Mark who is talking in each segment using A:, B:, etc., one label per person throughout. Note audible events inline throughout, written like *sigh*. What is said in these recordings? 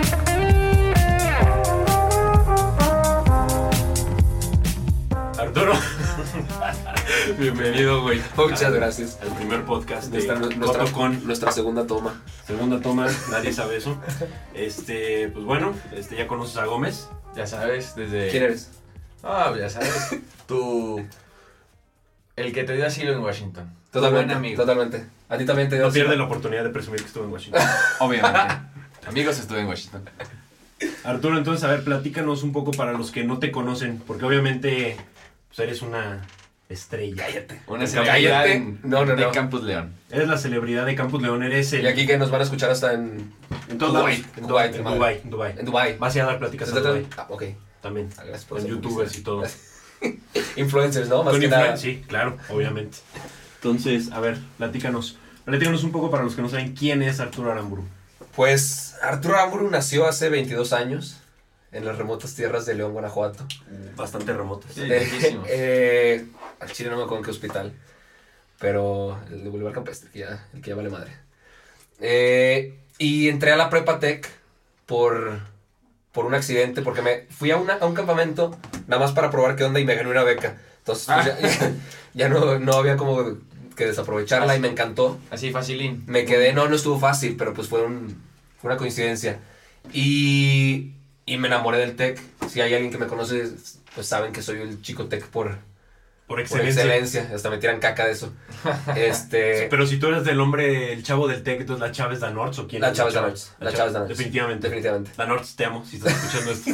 A: *laughs*
B: Arturo. Bienvenido, güey.
A: Muchas gracias.
B: Al primer podcast de
A: Nuestra, nuestra- *laughs*
B: Cotocon.
A: nuestra segunda toma.
B: Segunda toma, nadie sabe eso. Este, pues bueno, este, ya conoces a Gómez.
C: Ya sabes, desde.
A: ¿Quién eres?
C: Ah, ya sabes. Tú. El que te dio asilo en Washington. Tu
A: Totalmente.
C: Buen amigo.
A: Totalmente. A ti también te dio.
B: No pierde la oportunidad de presumir que estuvo en
A: *laughs*
B: Washington.
C: *laughs*
D: Obviamente. Amigos, estuve en Washington.
B: Arturo, entonces, a ver, platícanos un poco para los que no te conocen, porque obviamente pues, eres una estrella.
D: Una
B: Cállate.
D: celebridad en,
A: No, no,
D: de
A: no.
D: Campus León.
B: Eres la celebridad de Campus León, eres el...
A: Y aquí que nos van a escuchar hasta en,
B: en todos lados.
A: Dubái,
B: En
A: Dubái,
B: Dubái, en
A: madre.
B: Dubái, en Dubái.
A: en Dubai.
B: Vas a ir a dar pláticas a Dubái
A: Ah, ok.
B: también.
A: Ah, Gracias por
B: Con
A: esa
B: youtubers y todo.
A: publicidad. Influencers, ¿no? Más
B: Con
A: que nada.
B: influen- Sí, claro, obviamente. Entonces, a ver, platícanos. Platícanos un poco para los que no saben quién es Arturo Aramburu.
A: Pues Arturo Amburu nació hace 22 años en las remotas tierras de León, Guanajuato.
B: Bastante remoto.
C: Sí, lejísimos.
A: Eh, al chile no me acuerdo en qué hospital, pero el de Bolívar Campestre, que ya, el que ya vale madre. Eh, y entré a la Prepa Tech por, por un accidente, porque me fui a, una- a un campamento nada más para probar qué onda y me gané una beca. Entonces
C: Ah.
A: pues, *laughs* ya, ya no, no había como que desaprovecharla y me encantó.
C: Así, facilín.
A: Me quedé, no, no estuvo fácil, pero pues fue, un- fue una coincidencia. Y, y me enamoré del tech. Si hay alguien que me conoce, pues saben que soy el chico tech por,
B: Por
A: por
B: excelencia.
A: excelencia. Hasta me tiran caca de eso.
B: *laughs*
A: Este,
B: Pero si tú eres del hombre, el chavo del tech, entonces la Chávez Danorts o quién
A: la
B: es
A: Chávez Danorts. La Chávez Danorts.
B: Definitivamente.
A: Definitivamente. *laughs*
B: Danorts, te amo si estás escuchando esto.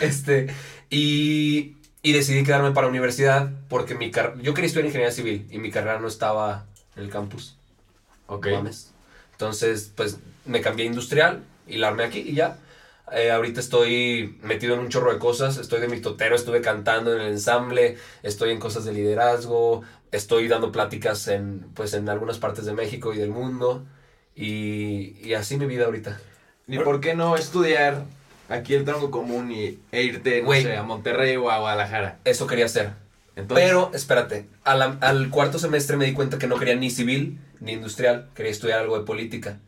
A: Este, y, y decidí quedarme para la universidad porque mi car- yo quería estudiar ingeniería civil y mi carrera no estaba en el campus.
C: Ok.
A: no mames. Entonces, pues me cambié a industrial y la armé aquí y ya. Eh, ahorita estoy metido en un chorro de cosas. Estoy de mitotero, estuve cantando en el ensamble, estoy en cosas de liderazgo, estoy dando pláticas en, pues, en algunas partes de México y del mundo. Y, y así mi vida ahorita.
E: Ni por qué no estudiar aquí el tronco común y, e irte, no
A: Güey.
E: sé, a Monterrey o a Guadalajara.
A: Eso quería hacer.
E: Entonces,
A: Pero, espérate, a la- al cuarto semestre me di cuenta que no quería ni civil ni industrial, quería estudiar algo de política.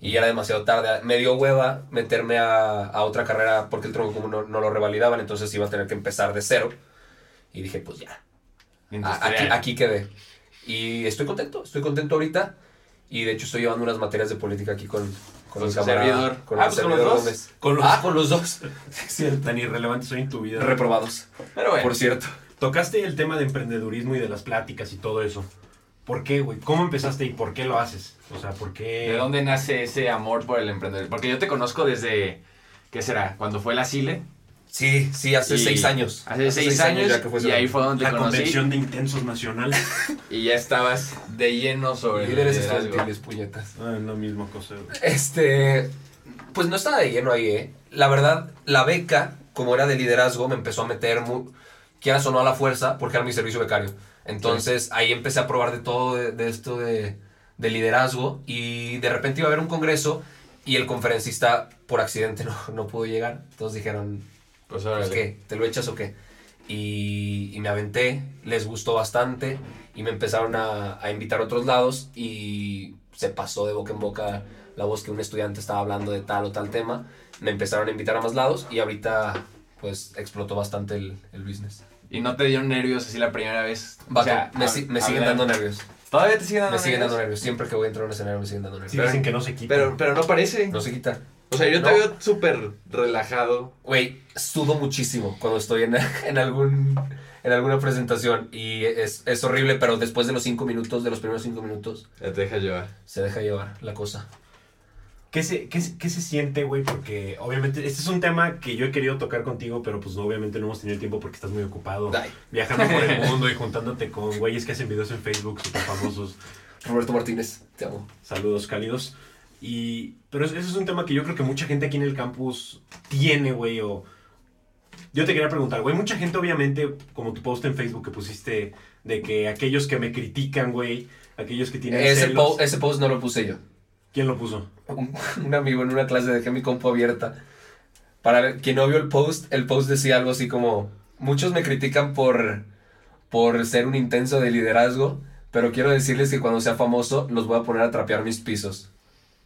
A: Y ya era demasiado tarde. Me dio hueva meterme a, a otra carrera porque el tronco común no, no lo revalidaban, entonces iba a tener que empezar de cero. Y dije, pues ya, a- aquí,
E: industrial.
A: aquí quedé. Y estoy contento, estoy contento ahorita. Y de hecho estoy llevando unas materias de política aquí con, con,
E: Con
A: mi
E: su
A: camarada,
E: servidor.
A: Con
E: Ah,
A: el
E: pues, ¿con
A: servidor
E: los dos?
A: Gómez.
B: Con los
A: Ah, con los dos.
B: tan irrelevantes hoy en tu vida.
A: Reprobados,
E: Pero bueno,
A: por cierto.
B: Tocaste el tema de emprendedurismo y de las pláticas y todo eso. ¿Por qué, güey? ¿Cómo empezaste y por qué lo haces? O sea, ¿por qué?
C: ¿De dónde nace ese amor por el emprendedor? Porque yo te conozco desde. ¿Qué será? Cuando fue la Chile.
A: Sí, sí, hace
C: Y-
A: seis años.
C: Hace, seis, años.
A: ya que fue
C: y
A: ese-
C: ahí fue donde te
B: La
C: conocí.
B: convención de intensos nacionales. *laughs*
C: Y ya estabas de lleno sobre el
A: Líderes
C: liderazgo.
A: estudiantiles, puñetas.
B: Ah, la misma cosa, güey.
A: Este, pues no estaba de lleno ahí, ¿eh? La verdad, la beca, como era de liderazgo, me empezó a meter, mu- quieras o no, a la fuerza, porque era mi servicio becario. Entonces, ahí empecé a probar de todo de, de esto de, de liderazgo y de repente iba a haber un congreso y el conferencista, por accidente, *laughs* no, no pudo llegar. Entonces dijeron,
C: Pues órale.
A: pues, ¿qué? ¿Te lo echas o qué? Y, y me aventé, les gustó bastante y me empezaron a, a invitar a otros lados y se pasó de boca en boca la voz que un estudiante estaba hablando de tal o tal tema. Me empezaron a invitar a más lados y ahorita pues explotó bastante el, el business.
C: Y no te dieron nervios así la primera vez. O
A: Vato,
C: sea,
A: me,
C: hab-
A: si- me siguen
C: hablar-
A: dando nervios.
C: Todavía te siguen dando
A: Me siguen
C: nervios?
A: dando nervios. Siempre que voy a entrar a un escenario me siguen dando nervios.
B: Sí, dicen que no se quita.
E: pero, pero no parece.
A: No se quita.
E: O sea, yo te
A: No.
E: veo súper relajado.
A: Güey, sudo muchísimo cuando estoy en, *laughs* en algún, en alguna presentación y es, es horrible, pero después de los cinco minutos, de los primeros cinco minutos,
E: Ya te dejas llevar.
A: se deja llevar la cosa.
B: ¿Qué se, qué, se- qué se siente, güey? Porque obviamente este es un tema que yo he querido tocar contigo, pero pues no, obviamente no hemos tenido tiempo porque estás muy ocupado
A: Ay,
B: viajando por
A: *laughs*
B: el mundo y juntándote con güeyes que hacen videos en Facebook súper famosos.
A: Roberto Martínez, te amo.
B: Saludos cálidos. Y, pero es- ese es un tema que yo creo que mucha gente aquí en el campus tiene, güey. O... Yo te quería preguntar, güey, mucha gente obviamente, como tu post en Facebook que pusiste, de que aquellos que me critican, güey, aquellos que tienen...
A: Ese,
B: celos,
A: po- ese post no lo puse yo. *laughs*
B: ¿Quién lo puso?
A: Un, un amigo en una clase dejé mi compu abierta. Para ver- quien no vio el post, el post decía algo así como, muchos me critican por, por ser un intenso de liderazgo, pero quiero decirles que cuando sea famoso los voy a poner a trapear mis pisos.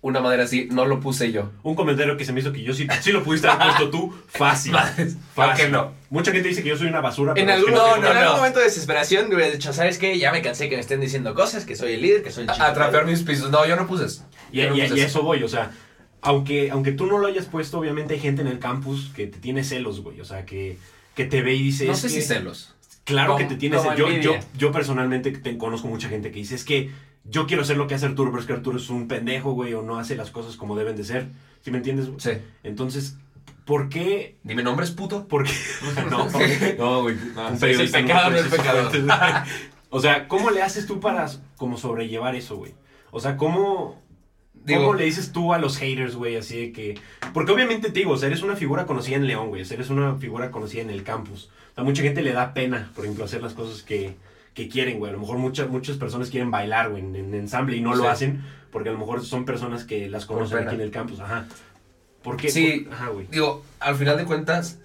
A: una madera así, no lo puse yo.
B: Un comentario que se me hizo que yo sí, sí lo pudiste haber puesto tú
A: *laughs*
B: fácil.
A: Madres, claro
B: fácil.
A: que no.
B: Mucha gente dice que yo soy una basura.
E: En
B: pero es que
E: algún,
B: no,
E: en
B: no,
E: algún
A: no.
E: momento de desesperación me hubiera dicho, ¿sabes qué? Ya me cansé que me estén diciendo cosas, que soy el líder, que soy el chico.
A: A- Atrapear mis pisos. No, yo no puse eso.
B: Y,
A: Yo no
B: y-
A: puse
B: y a eso voy, o sea, aunque, aunque tú no lo hayas puesto, obviamente hay gente en el campus que te tiene celos, güey. O sea, que, que te ve y dice.
A: No
B: "Es
A: sé
B: que-
A: si celos.
B: Claro que
C: Como-
B: te tienes.
C: como
B: Yo, yo,
C: envidia.
B: yo personalmente te conozco mucha gente que dice: Es que yo quiero hacer lo que hace Arturo, pero es que Arturo es un pendejo, güey, o no hace las cosas como deben de ser. ¿Sí me entiendes? güey?
A: Sí.
B: Entonces, ¿por qué?
A: Dime nombres, puto. *laughs*
B: ¿Por qué? *laughs* No,
A: No, güey.
B: un
C: sí,
B: periodista
C: sí, pecado,
B: no puede
C: no
B: ser
C: es pecado.
B: suficiente. *laughs* O sea, ¿cómo le haces tú para como sobrellevar eso, güey? O sea, ¿cómo,
A: Digo,
B: ¿Cómo le dices tú a los haters, güey? Así de que. Porque obviamente te digo, o sea, eres una figura conocida en León, güey. O sea, eres una figura conocida en el campus. O sea, mucha gente le da pena, por ejemplo, hacer las cosas que, que quieren, güey. A lo mejor muchas muchas personas quieren bailar, güey, en, en ensamble y no
A: Sí.
B: lo hacen porque a lo mejor son personas que las conocen
A: pena.
B: aquí en el campus. Ajá. ¿Por qué?
A: Sí.
B: Por- Ajá, güey.
A: digo, al final de cuentas,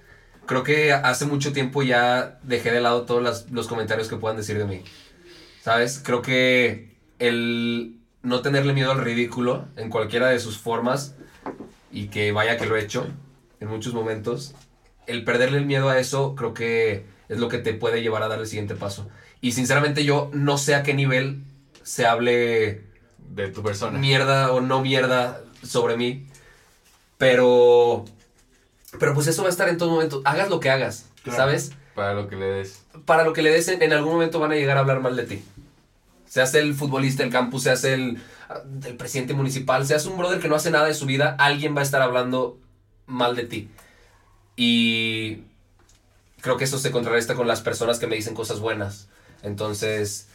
A: creo que hace mucho tiempo ya dejé de lado todos las- los comentarios que puedan decir de mí. ¿Sabes? Creo que el no tenerle miedo al ridículo en cualquiera de sus formas, y que vaya que lo he hecho en muchos momentos, el perderle el miedo a eso creo que es lo que te puede llevar a dar el siguiente paso. Y sinceramente yo no sé a qué nivel se hable
D: De tu persona.
A: mierda o no mierda sobre mí. Pero. Pero pues eso va a estar en todo momento. Hagas lo que hagas,
B: Claro.
A: ¿sabes?
D: Para lo que le des.
A: Para lo que le des, en, en algún momento van a llegar a hablar mal de ti. Seas el futbolista del campus, seas el, ah, el presidente municipal, seas un brother que no hace nada de su vida, alguien va a estar hablando mal de ti. Y creo que eso se contrarresta con las personas que me dicen cosas buenas. Entonces,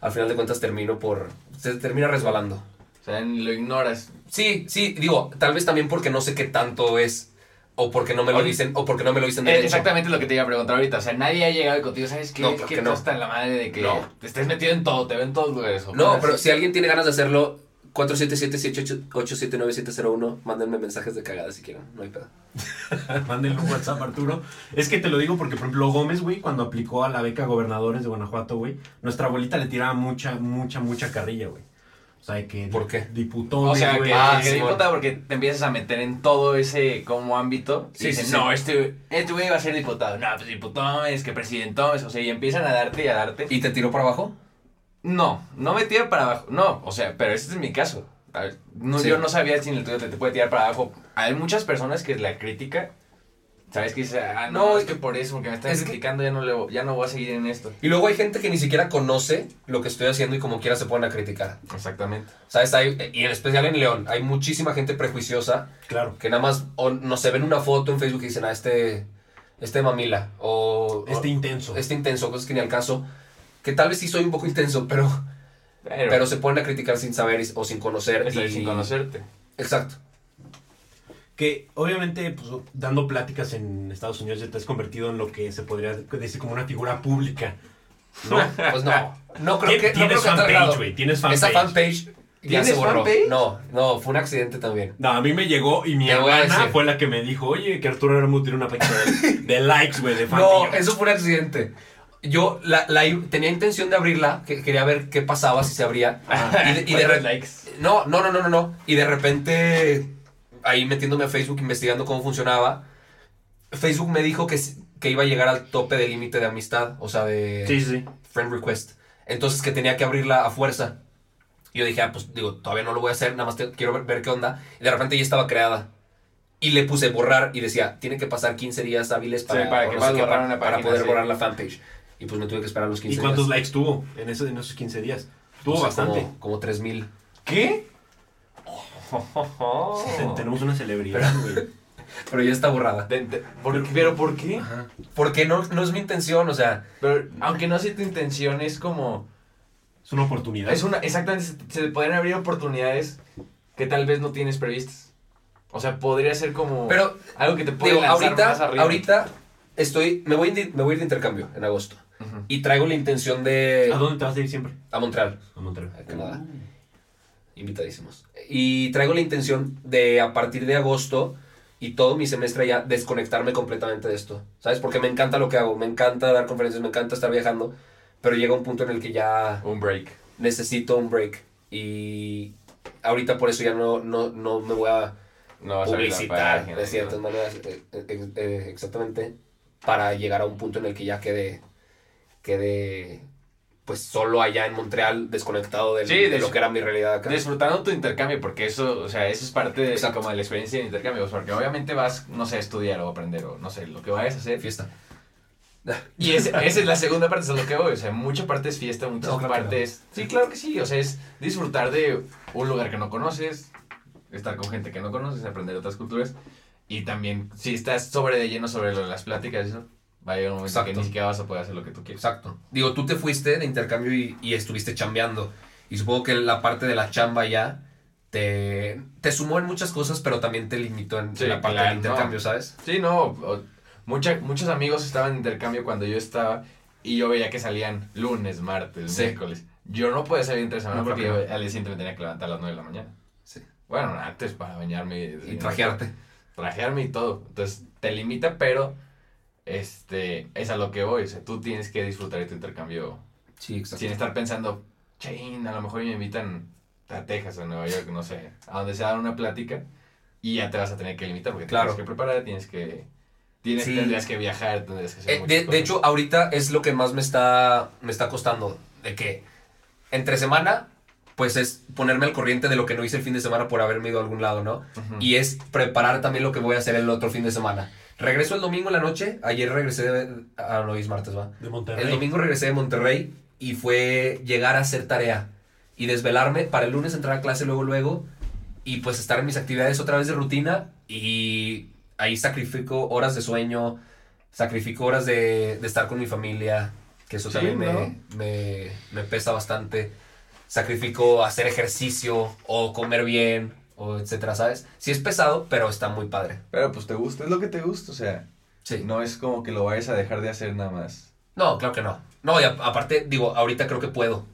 A: al final de cuentas termino por... Se termina resbalando.
C: O sea, lo ignoras.
A: Sí, sí, digo, tal vez también porque no sé qué tanto es, o porque no me lo
C: Oye.
A: dicen, o porque no me lo dicen
C: Es
A: derecho.
C: Eh, exactamente lo que te iba a preguntar ahorita. O sea, nadie ha llegado y contigo, ¿sabes qué?
A: No,
C: es
A: claro
C: que
A: que
C: no
A: no.
C: está en la madre de que
A: No.
C: te estés metido en todo, te ven en todos lugares. o
A: No,
C: cosas
A: pero
C: así.
A: si alguien tiene ganas de hacerlo, 477-788-879-701, mándenme mensajes de cagada si quieren, no hay pedo.
B: *laughs* Mándenle un WhatsApp a Arturo. Es que te lo digo porque, por ejemplo, Gómez, güey, cuando aplicó a la beca Gobernadores de Guanajuato, güey, nuestra abuelita le tiraba mucha, mucha, mucha carrilla, güey. O sea, de que.
A: ¿Por qué?
B: Diputones,
C: O sea,
B: güey.
C: que,
A: ah,
C: que
A: sí,
C: no importa porque te empiezas a meter en todo ese como ámbito.
A: Sí,
C: y dicen,
A: sí, sí.
C: no, este este güey va a ser diputado. No, pues diputados, que presidentomes. O sea, y empiezan a darte y a darte.
A: ¿Y te tiró para abajo?
C: No, no me tira para abajo. No, o sea, pero este es mi caso. A ver, no,
A: Sí.
C: Yo no sabía si en el tuyo te, te puede tirar para abajo. Hay muchas personas que la crítica, ¿sabes? Que dice, ah, no,
A: No,
C: es que por eso, porque me están
A: es que-
C: criticando, ya, no le, vo- ya no voy a seguir en esto.
A: Y luego hay gente que ni siquiera conoce lo que estoy haciendo y como quiera se ponen a criticar.
C: Exactamente.
A: ¿Sabes? Hay- y en especial en León, hay muchísima gente prejuiciosa
B: Claro.
A: que nada más o no se ven una foto en Facebook y dicen, ah, este, este mamila, o...
B: Este intenso.
A: este intenso, cosas que ni al caso, que tal vez sí soy un poco intenso, pero, pero se ponen a criticar sin saber y- o sin conocer.
C: Eso
A: y-
C: es sin conocerte.
A: Exacto.
B: Que obviamente, pues, dando pláticas en Estados Unidos ya te has convertido en lo que se podría decir como una figura pública. ¿No?
A: *laughs* Pues no, no creo que...
B: Tienes
A: No creo que haya
B: fanpage,
A: tardado.
B: güey. Tienes
A: Esa
B: fanpage.
A: fanpage ya
C: ¿Tienes
A: se borró.
C: fanpage?
A: No, no, fue un accidente también.
B: No, a mí me llegó y mi
A: Te voy a
B: hermana
A: decir.
B: fue la que me dijo, oye, que Arturo Hermoso tiene una página de, de likes, güey, de
A: *laughs* No,
B: fanpage.
A: eso fue un accidente. Yo la, la i- tenía intención de abrirla, que quería ver qué pasaba, si se abría.
B: Ah,
A: *laughs* Y de, y de re-
C: ¿Cuántos likes.
A: No, no, no, no, no, no. Y de repente, ahí metiéndome a Facebook, investigando cómo funcionaba, Facebook me dijo que, s- que iba a llegar al tope de límite de amistad, o sea, de
B: Sí, sí.
A: friend request. Entonces que tenía que abrirla a fuerza. Y yo dije, ah, pues digo, todavía no lo voy a hacer, nada más te- quiero ver, ver qué onda. Y de repente ya estaba creada. Y le puse borrar y decía, tiene que pasar 15 días hábiles para,
C: para
A: o
C: que
A: no
C: puedas
A: sé qué,
C: borrar
A: pa-
C: una
A: para
C: página,
A: poder
C: sí.
A: borrar la fanpage. Y pues me tuve que esperar los
B: ¿Y
A: 15
B: cuántos
A: días. Pues,
B: likes tuvo en, ese, en esos 15 días? Tuvo
A: No sé,
B: bastante.
A: Como, como 3000.
B: ¿Qué?
C: Oh.
A: *laughs*
B: Tenemos una celebridad, güey.
A: Pero ya está borrada.
C: Te- te- ¿por qué- ¿Pero por qué?
A: Porque no, no es mi intención, o sea,
C: Pero, aunque no sea tu intención, es como...
B: Es una oportunidad.
C: Es una, exactamente, se, se te podrían abrir oportunidades que tal vez no tienes previstas. O sea, podría ser como
A: Pero,
C: algo que te puede
A: digo,
C: lanzar
A: ahorita,
C: más arriba.
A: ahorita estoy, me voy, de- me voy a ir de intercambio en agosto.
C: Ujú.
A: Y traigo la intención de...
B: ¿A dónde te vas a ir siempre?
A: A Montreal.
B: A Monterrey.
A: a Canadá. Invitadísimos. Y traigo la intención de a partir de agosto y todo mi semestre ya desconectarme completamente de esto. ¿Sabes? Porque me encanta lo que hago, me encanta dar conferencias, me encanta estar viajando, pero llega un punto en el que ya
C: Un break.
A: necesito un break. Y ahorita por eso ya no, no, no me voy a
D: No vas a abrir la
A: publicitar
D: página,
A: de ciertas
D: ¿no?
A: maneras, eh, eh, eh, exactamente, para llegar a un punto en el que ya quede, quede pues solo allá en Montreal, desconectado del-
D: Sí,
A: de
D: de
A: lo
D: su-
A: que era mi realidad acá.
D: Disfrutando tu intercambio, porque eso, o sea, eso es parte de,
A: Exacto.
D: como de la experiencia de intercambio, pues, porque obviamente vas, no sé, a estudiar o aprender o no sé, lo que vayas a hacer.
A: Fiesta. Ah,
D: Y
A: *laughs*
D: es- esa es la segunda parte, es a lo que voy, o sea, mucha parte es fiesta, muchas
A: No, claro que no.
D: partes... Sí, claro que sí, o sea, es disfrutar de un lugar que no conoces, estar con gente que no conoces, aprender otras culturas, y también, si estás sobre de lleno sobre lo de las pláticas, eso, va a llegar un momento que
A: Exacto.
D: ni siquiera vas a poder hacer lo que tú quieres.
A: Exacto. Digo, tú te fuiste de intercambio y, y estuviste chambeando. Y supongo que la parte de la chamba ya te, te sumó en muchas cosas, pero también te limitó en,
D: Sí,
A: la parte
D: claro,
A: del intercambio, ¿sabes?
D: Sí, no, o- mucha- muchos amigos estaban en intercambio cuando yo estaba y yo veía que salían lunes, martes,
A: Sí.
D: miércoles. Yo no podía salir entre semana
A: No,
D: porque
A: claro.
D: yo al día siguiente me tenía que levantar a las 9 de la mañana.
A: Sí.
D: Bueno, antes para bañarme y,
A: Y
D: desayunar.
A: trajearte.
D: Trajearme y todo. Entonces te limita, pero este es a lo que voy. O sea, tú tienes que disfrutar de tu intercambio
A: Sí, exacto.
D: sin estar pensando, chain, a lo mejor me invitan a Texas o a Nueva York, no sé, a donde sea a dar una plática y ya te vas a tener que limitar porque
A: Claro.
D: tienes que preparar, tienes que. Tienes,
A: Sí.
D: Tendrías que viajar, tendrías que hacer.
A: Eh,
D: muchas
A: de, de
D: cosas.
A: hecho, ahorita es lo que más me está, me está costando. De que entre semana, pues es ponerme al corriente de lo que no hice el fin de semana por haberme ido a algún lado, ¿no?
D: Ujú.
A: Y es preparar también lo que voy a hacer el otro fin de semana. Regreso el domingo en la noche. Ayer regresé de... Ah, no, hoy es martes, ¿va?
B: De
A: El
B: Monterrey.
A: domingo regresé de Monterrey y fue llegar a hacer tarea y desvelarme para el lunes entrar a clase luego, luego y pues estar en mis actividades otra vez de rutina y ahí sacrifico horas de sueño, sacrifico horas de, de estar con mi familia, que eso
D: Sí,
A: también me-
D: ¿no?
A: me, me pesa bastante, sacrifico hacer ejercicio o comer bien o etcétera, ¿sabes? Sí es pesado, pero está muy padre.
E: Pero pues te gusta, es lo que te gusta, o sea,
A: Sí.
E: no es como que lo vayas a dejar de hacer nada más.
A: No, claro que no. No, y a- aparte, digo, ahorita creo que puedo.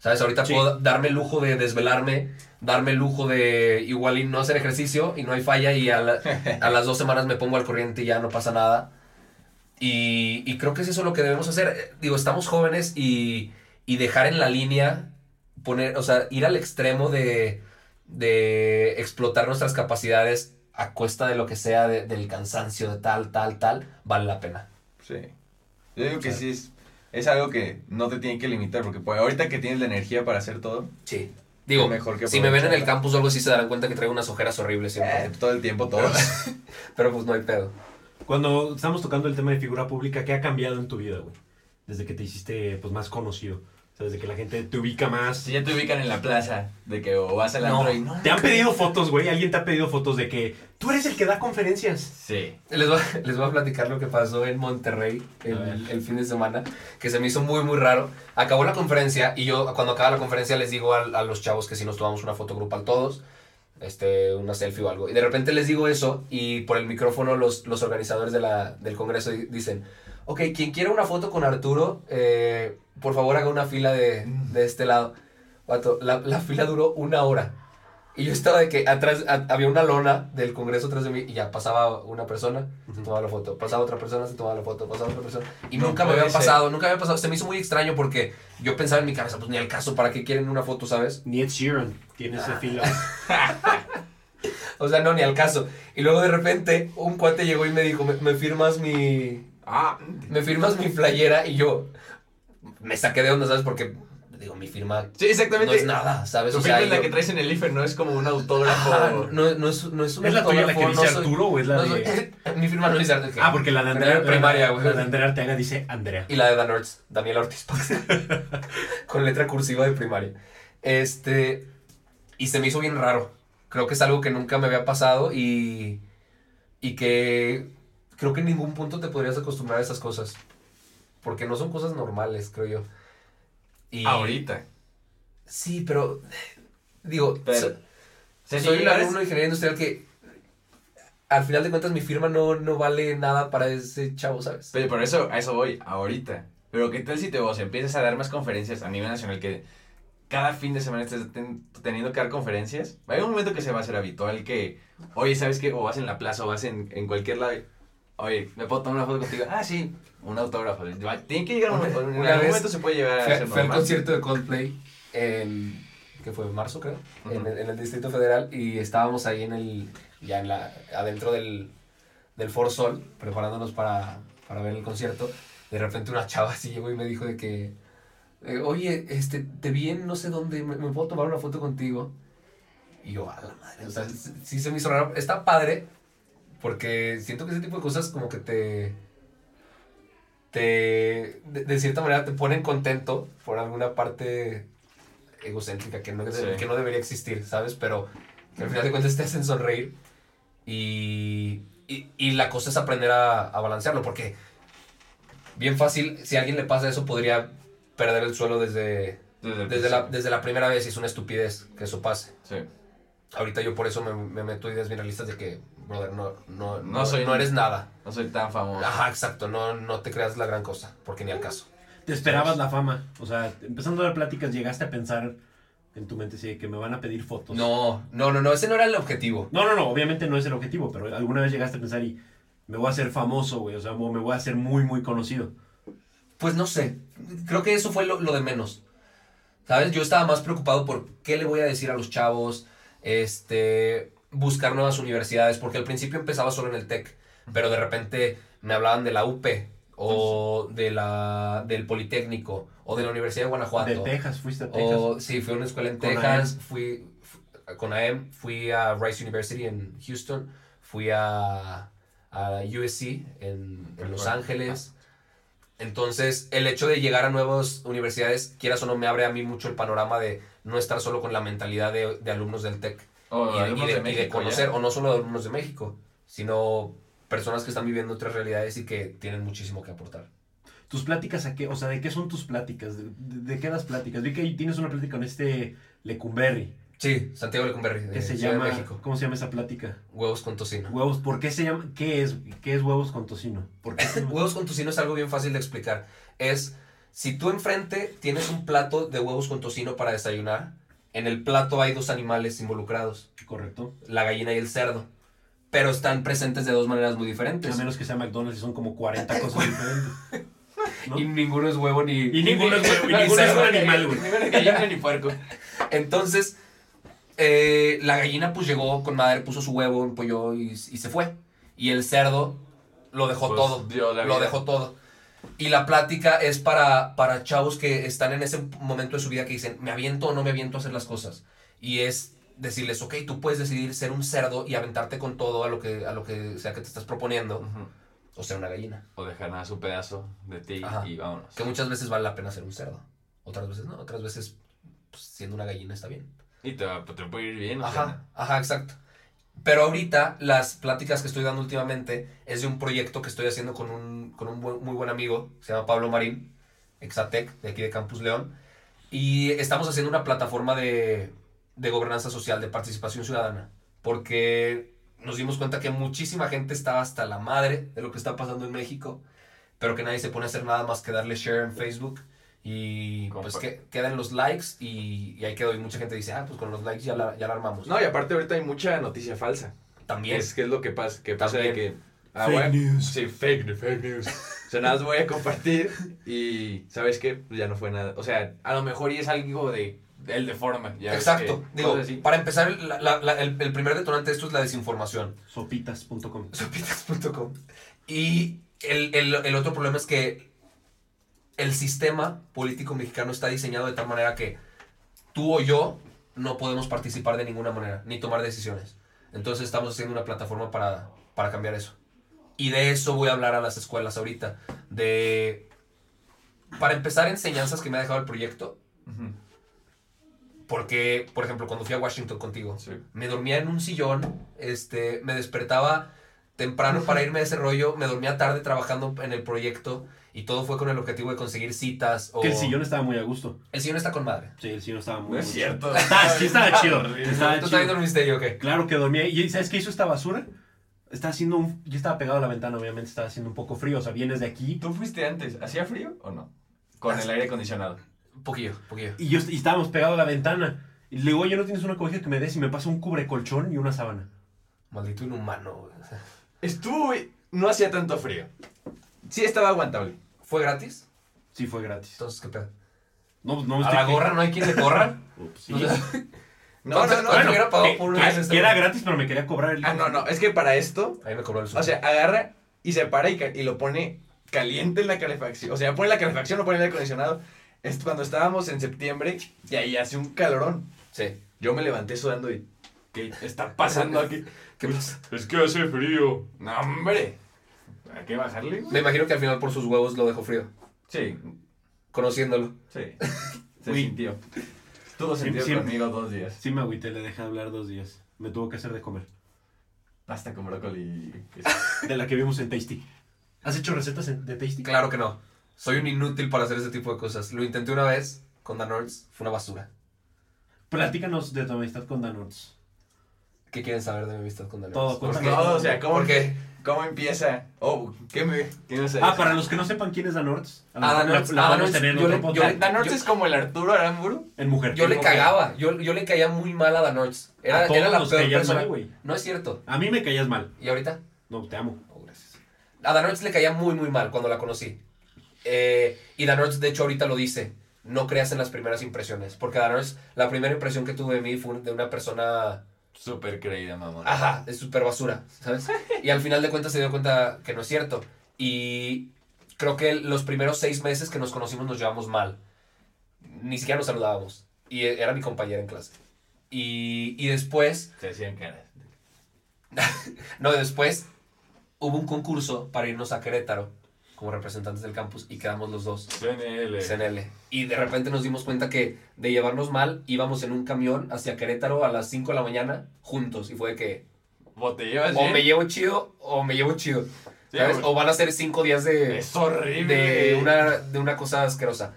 A: ¿Sabes? Ahorita
B: Sí.
A: puedo darme el lujo de desvelarme, darme el lujo de igual y no hacer ejercicio y no hay falla y a, la- a las dos semanas me pongo al corriente y ya no pasa nada. Y, y creo que es eso lo que debemos hacer. Eh, Digo, estamos jóvenes y, y dejar en la línea, poner, o sea, ir al extremo de, de explotar nuestras capacidades a cuesta de lo que sea, de- del cansancio, de tal, tal, tal, vale la pena.
E: Sí. Yo digo que sí, es, es algo que no te tiene que limitar, porque pues, ahorita que tienes la energía para hacer todo,
A: Sí. Digo,
E: Mejor que
A: si me ven en el
E: aprovecharla.
A: campus o algo así se darán cuenta que traigo unas ojeras horribles siempre.
E: eh, *laughs* todo el tiempo, todo.
A: Pero pues no hay pedo.
B: Cuando estamos tocando el tema de figura pública, ¿qué ha cambiado en tu vida, güey? Desde que te hiciste pues, más conocido. O sea, desde que la gente te ubica más.
D: *laughs* Si ya te ubican en la plaza, de que o vas al
A: No.
D: antro y no.
B: Te han pedido fotos, güey. Alguien te ha pedido fotos de que tú eres el que da conferencias.
D: Sí.
A: Les voy, a, *laughs* les voy a platicar lo que pasó en Monterrey
B: A ver.
A: el, el fin de semana, que se me hizo muy, muy raro. Acabó la conferencia y yo, cuando acaba la conferencia, les digo al- a, los chavos que si nos tomamos una foto grupal todos, este, una selfie o algo. Y de repente les digo eso y por el micrófono los, los organizadores de la, del congreso di- dicen, ok, quien quiera una foto con Arturo, eh, por favor haga una fila de, de este lado. Vato, la, la fila duró una hora. Y yo estaba de que atrás a- había una lona del Congreso atrás de mí y ya pasaba una persona, se tomaba la foto, pasaba otra persona, se tomaba la foto, pasaba otra persona. Y
D: No
A: nunca me había
D: puede ser.
A: pasado, nunca me había pasado. Se me hizo muy extraño porque yo pensaba en mi cabeza, pues ni al caso, ¿para qué quieren una foto, sabes?
B: Ni Ed Sheeran tiene
A: Ah.
B: ese
A: *laughs*
B: filo.
A: O sea, no, ni al caso. Y luego de repente un cuate llegó y me dijo, me, me firmas mi,
D: Ah,
A: me firmas mi playera y yo me saqué de onda, ¿sabes? Porque digo, mi firma
D: sí,
A: no
D: exactamente.
A: es nada, ¿sabes? O
D: Tu
A: sea,
D: firma es la
A: yo-
D: que traes en el IFE, no es como un autógrafo.
A: Ajá, no, no es, no es un
B: ¿Es la tuya la que
A: autógrafo,
B: dice
A: no soy-
B: Arturo o es la
A: No,
B: de.?
A: soy- mi firma no *laughs* dice Arturo.
B: Ah, porque la de
A: Pero era
B: Andrea.
A: en primaria, güey.
B: La de Andrea Arteaga dice Andrea.
A: Y la de Dan Ortiz, Daniela Ortiz Paz.
B: *laughs*
A: Con letra cursiva de primaria. Este. Y se me hizo bien raro. Creo que es algo que nunca me había pasado y. Y que. Creo que en ningún punto te podrías acostumbrar a esas cosas. Porque no son cosas normales, creo yo. Y,
D: Ahorita.
A: Sí, pero. Digo.
D: Pero-
A: so-
D: O sea, si
A: soy un
D: llegaras-
A: alumno de ingeniería industrial que al final de cuentas mi firma no, no vale nada para ese chavo, ¿sabes?
D: Pero por eso, a eso voy, ahorita. Pero qué tal si te vos empiezas a dar más conferencias a nivel nacional que cada fin de semana estés ten- teniendo que dar conferencias. Va a haber un momento que se va a hacer habitual que, oye, ¿sabes qué? O vas en la plaza o vas en, en cualquier lado. y, Oye, ¿me puedo tomar una foto contigo? Ah, sí, un autógrafo. Va- Tiene que llegar un
A: Una-
D: momento. En
A: una
D: algún
A: vez
D: momento se puede llegar a
A: Fue
D: ser
A: fue al
D: normal.
A: concierto de Coldplay en que fue en marzo, creo, en, el, en el Distrito Federal, y estábamos ahí en el, ya en la, adentro del, del For Sol, preparándonos para, para ver el concierto. De repente una chava así llegó y me dijo de que, eh, oye, este, te vi en no sé dónde, ¿me, me puedo tomar una foto contigo? Y yo, a la madre, o sea, s- sí se me hizo raro. Está padre, porque siento que ese tipo de cosas como que te... Te, de, de cierta manera te ponen contento por alguna parte egocéntrica que no,
D: Sí.
A: que no debería existir, ¿sabes? Pero que al final de cuentas te hacen sonreír y, y, y la cosa es aprender a, a balancearlo, porque bien fácil, si a alguien le pasa eso, podría perder el suelo desde,
D: Desde, el
A: desde, la,
D: principio.
A: desde la primera vez y es una estupidez que eso pase.
D: Sí.
A: Ahorita yo por eso me, me meto ideas bien realistas de que, brother, no, no, no,
D: No soy-
A: no eres nada.
D: No soy tan famoso.
A: Ajá, exacto, no, no te creas la gran cosa, porque ni al caso.
B: Te esperabas la fama. O sea, empezando a dar pláticas, llegaste a pensar en tu mente, sí, que me van a pedir fotos.
A: No, no, no, no, ese no era el objetivo.
B: No, no, no, obviamente no es el objetivo, pero alguna vez llegaste a pensar y me voy a hacer famoso, güey, o sea, o me voy a hacer muy, muy conocido.
A: Pues no sé, creo que eso fue lo, lo de menos. ¿Sabes? Yo estaba más preocupado por qué le voy a decir a los chavos, este, buscar nuevas universidades, porque al principio empezaba solo en el TEC, pero de repente me hablaban de la UP o de la, del Politécnico o de la Universidad de Guanajuato.
B: De Texas, fuiste a Texas.
A: O, sí, fui a una escuela en
B: Con
A: Texas, fui, fu- con AM, fui a Rice University en Houston, fui a, a USC en, en Los Ángeles. Entonces, el hecho de llegar a nuevas universidades, quieras o no, me abre a mí mucho el panorama de no estar solo con la mentalidad de, de alumnos del TEC
D: O
A: y, de-
D: alumnos
A: y de, y
D: Oh, de
A: de
D: México, ya.
A: conocer, o no solo de alumnos de México, sino personas que están viviendo otras realidades y que tienen muchísimo que aportar.
B: ¿Tus pláticas a qué? O sea, ¿de qué son tus pláticas? ¿De, de- de qué das pláticas? Vi que ahí tienes una plática con este Lecumberri,
A: Sí, Santiago Lecumberri, de
B: que se
A: Ciudad de
B: llama,
A: México.
B: ¿cómo se llama esa plática?
A: Huevos con tocino.
B: Huevos, ¿por qué se llama? ¿Qué es? ¿Qué es huevos con tocino? ¿Por qué
A: *laughs*
B: se llama?
A: Huevos con tocino es algo bien fácil de explicar. Es si tú enfrente tienes un plato de huevos con tocino para desayunar, en el plato hay dos animales involucrados,
B: Correcto.
A: la gallina y el cerdo, pero están presentes de dos maneras muy
B: A
A: diferentes.
B: menos que sea McDonald's y son como 40
A: *laughs*
B: cosas diferentes. ¿no?
A: Y ninguno es huevo ni
B: Y ninguno es huevo, y
A: ni
B: ninguno es
A: cerdo.
B: un animal, güey.
D: Ni gallina ni puerco.
A: Entonces, eh, la gallina pues llegó con madre, puso su huevo, empolló y, y se fue. Y el cerdo lo dejó
D: Pues,
A: todo.
D: dio la
A: lo
D: vida.
A: dejó todo. Y la plática es para, para chavos que están en ese momento de su vida que dicen, ¿me aviento o no me aviento a hacer las cosas? Y es decirles, ok, tú puedes decidir ser un cerdo y aventarte con todo a lo que, a lo que sea que te estás proponiendo,
D: Ujú.
A: o ser una gallina.
D: O dejar nada su pedazo de ti
A: Ajá.
D: y vámonos.
A: Que muchas veces vale la pena ser un cerdo, otras veces no, otras veces pues, siendo una gallina está bien.
D: Y te, va- te puede ir bien. o sea,
A: Ajá, ajá, exacto. Pero ahorita las pláticas que estoy dando últimamente es de un proyecto que estoy haciendo con un, con un buen- muy buen amigo, se llama Pablo Marín, Exatec, de aquí de Campus León, y estamos haciendo una plataforma de, de gobernanza social, de participación ciudadana, porque nos dimos cuenta que muchísima gente está hasta la madre de lo que está pasando en México, pero que nadie se pone a hacer nada más que darle share en Facebook y pues
D: Compa-
A: que, quedan los likes y, y ahí quedó y mucha gente dice, ah, pues con los likes ya la, ya la armamos.
E: No, y aparte ahorita hay mucha noticia falsa.
A: También.
E: Es que es lo que pasa, que pasa de que... ah,
B: Fake
E: bueno,
B: news.
E: Sí, fake, news, fake news. O sea, nada más voy a compartir y ¿sabes qué? Pues ya no fue nada. O sea,
D: A lo mejor y es algo de. El de forma. ya ves
A: Exacto.
D: que-
A: Digo,
D: cosas así.
A: para empezar, la- la- la- el, el primer detonante de esto es la desinformación.
B: Sopitas.com.
A: Sopitas.com. Y el, el- el otro problema es que el sistema político mexicano está diseñado de tal manera que tú o yo no podemos participar de ninguna manera, ni tomar decisiones. Entonces estamos haciendo una plataforma para, para cambiar eso. Y de eso voy a hablar a las escuelas ahorita. De, para empezar, enseñanzas que me ha dejado el proyecto.
D: Ujú.
A: Porque, por ejemplo, cuando fui a Washington contigo,
D: Sí.
A: me dormía en un sillón, este, me despertaba temprano para irme a ese rollo, me dormía tarde trabajando en el proyecto y todo fue con el objetivo de conseguir citas o...
B: Que el sillón estaba muy a gusto.
A: El sillón está con madre.
B: Sí, el sillón estaba muy
D: No
B: a
D: es
B: gusto.
D: cierto.
B: Ah, sí, estaba chido.
A: ¿Tú
B: Estaba
A: también
B: chido.
A: dormiste yo o qué?
B: Claro que dormía. ¿Y sabes qué hizo esta basura? Está haciendo un... Yo estaba pegado a la ventana, obviamente estaba haciendo un poco frío. O sea, vienes de aquí.
D: ¿Tú fuiste antes? ¿Hacía frío o no? Con el aire acondicionado.
A: Poquillo, poquillo.
B: Y, yo, y estábamos pegados a la ventana. Y le digo, oye, ¿no tienes una cobija que me des? Y me pasa un cubrecolchón y una sábana.
A: Maldito inhumano. güey.
D: Estuvo. güey, No hacía tanto frío. Sí, estaba aguantable.
A: ¿Fue gratis?
B: Sí, fue gratis.
A: Entonces, ¿qué pedo?
B: No, pues no me
A: A
B: estoy
A: la gorra no hay quien le corra. *laughs*
B: Ups, sí.
A: O sea,
D: No, no, no.
A: ¿cuánto
B: Bueno,
A: hubiera pagado
B: que-
A: por un
B: que-
A: mes
B: que era
A: este?
B: gratis, pero me quería cobrar el.
D: Ah, no, no. Es que para esto,
A: Ahí me cobró el
D: o sea, agarra y se para y, ca- y lo pone caliente en la calefacción. O sea, pone la calefacción, no pone el aire acondicionado. Es cuando estábamos en septiembre y ahí hace un calorón.
A: Sí.
D: Yo me levanté sudando y. ¿Qué está pasando aquí?
A: ¿Qué pasa?
C: Es que hace frío.
D: ¡No, hombre! ¿Hay que bajarle?
A: Me imagino que al final por sus huevos lo dejó frío.
D: Sí,
A: Conociéndolo. *laughs*
D: sí. Se
B: Uy.
D: sintió. Tuvo sentido
B: Siempre-
D: conmigo dos días.
B: Sí, me agüité, le dejé hablar dos días. Me tuvo que hacer de comer.
D: Pasta con *laughs* brócoli.
B: De la que vimos en Tasty. ¿Has hecho recetas en- de Tasty?
A: Claro que no. Soy un inútil para hacer ese tipo de cosas. Lo intenté una vez con Danorts. Fue una basura.
B: Platícanos de tu amistad con Danorts.
A: ¿Qué quieren saber de mi amistad con Danorts?
B: Todo,
A: ¿Por qué?
B: cuéntanos.
D: Todo, o sea, ¿cómo,
A: ¿Por qué?
D: ¿cómo empieza? Oh, ¿qué me.? ¿Qué me hace?
B: Ah, para los que no sepan quién es Danorts, a lo
A: Ah,
B: mejor la-
A: Danorts,
B: la
A: ah,
B: vamos a
A: Danorts,
B: tener en
A: yo
B: otro
A: le-
B: podcast.
A: yo-
C: Danorte es como el Arturo Aramburu.
B: En mujer.
A: Yo le
B: Ok.
A: cagaba. Yo, yo le caía muy mal a Danorts. Era,
B: A todos
A: era la
B: nos
A: peor
B: caías
A: persona.
B: mal, güey.
A: no es cierto.
B: A mí me caías mal.
A: ¿Y ahorita?
B: No, te amo.
A: Oh, gracias. A Danorts le caía muy, muy mal cuando la conocí. Eh, y Danorts, de hecho, ahorita lo dice. No creas en las primeras impresiones. Porque Danorts, la primera impresión que tuve de mí fue de una persona...
D: Súper creída, mamón.
A: Ajá, es súper basura, ¿sabes? Y al final de cuentas se dio cuenta que no es cierto. Y creo que los primeros seis meses que nos conocimos nos llevamos mal. Ni siquiera nos saludábamos. Y e- era mi compañera en clase. Y, y después
D: Se hacían caras.
A: no, después hubo un concurso para irnos a Querétaro como representantes del campus y quedamos los dos,
D: CNL.
A: CNL. Y de repente nos dimos cuenta que de llevarnos mal íbamos en un camión hacia Querétaro a las 5 de la mañana juntos y fue de que
D: Botellón.
A: o me llevo chido o me llevo chido. ¿sabes? O van a ser 5 días de,
D: Es horrible.
A: de, una, de una cosa asquerosa.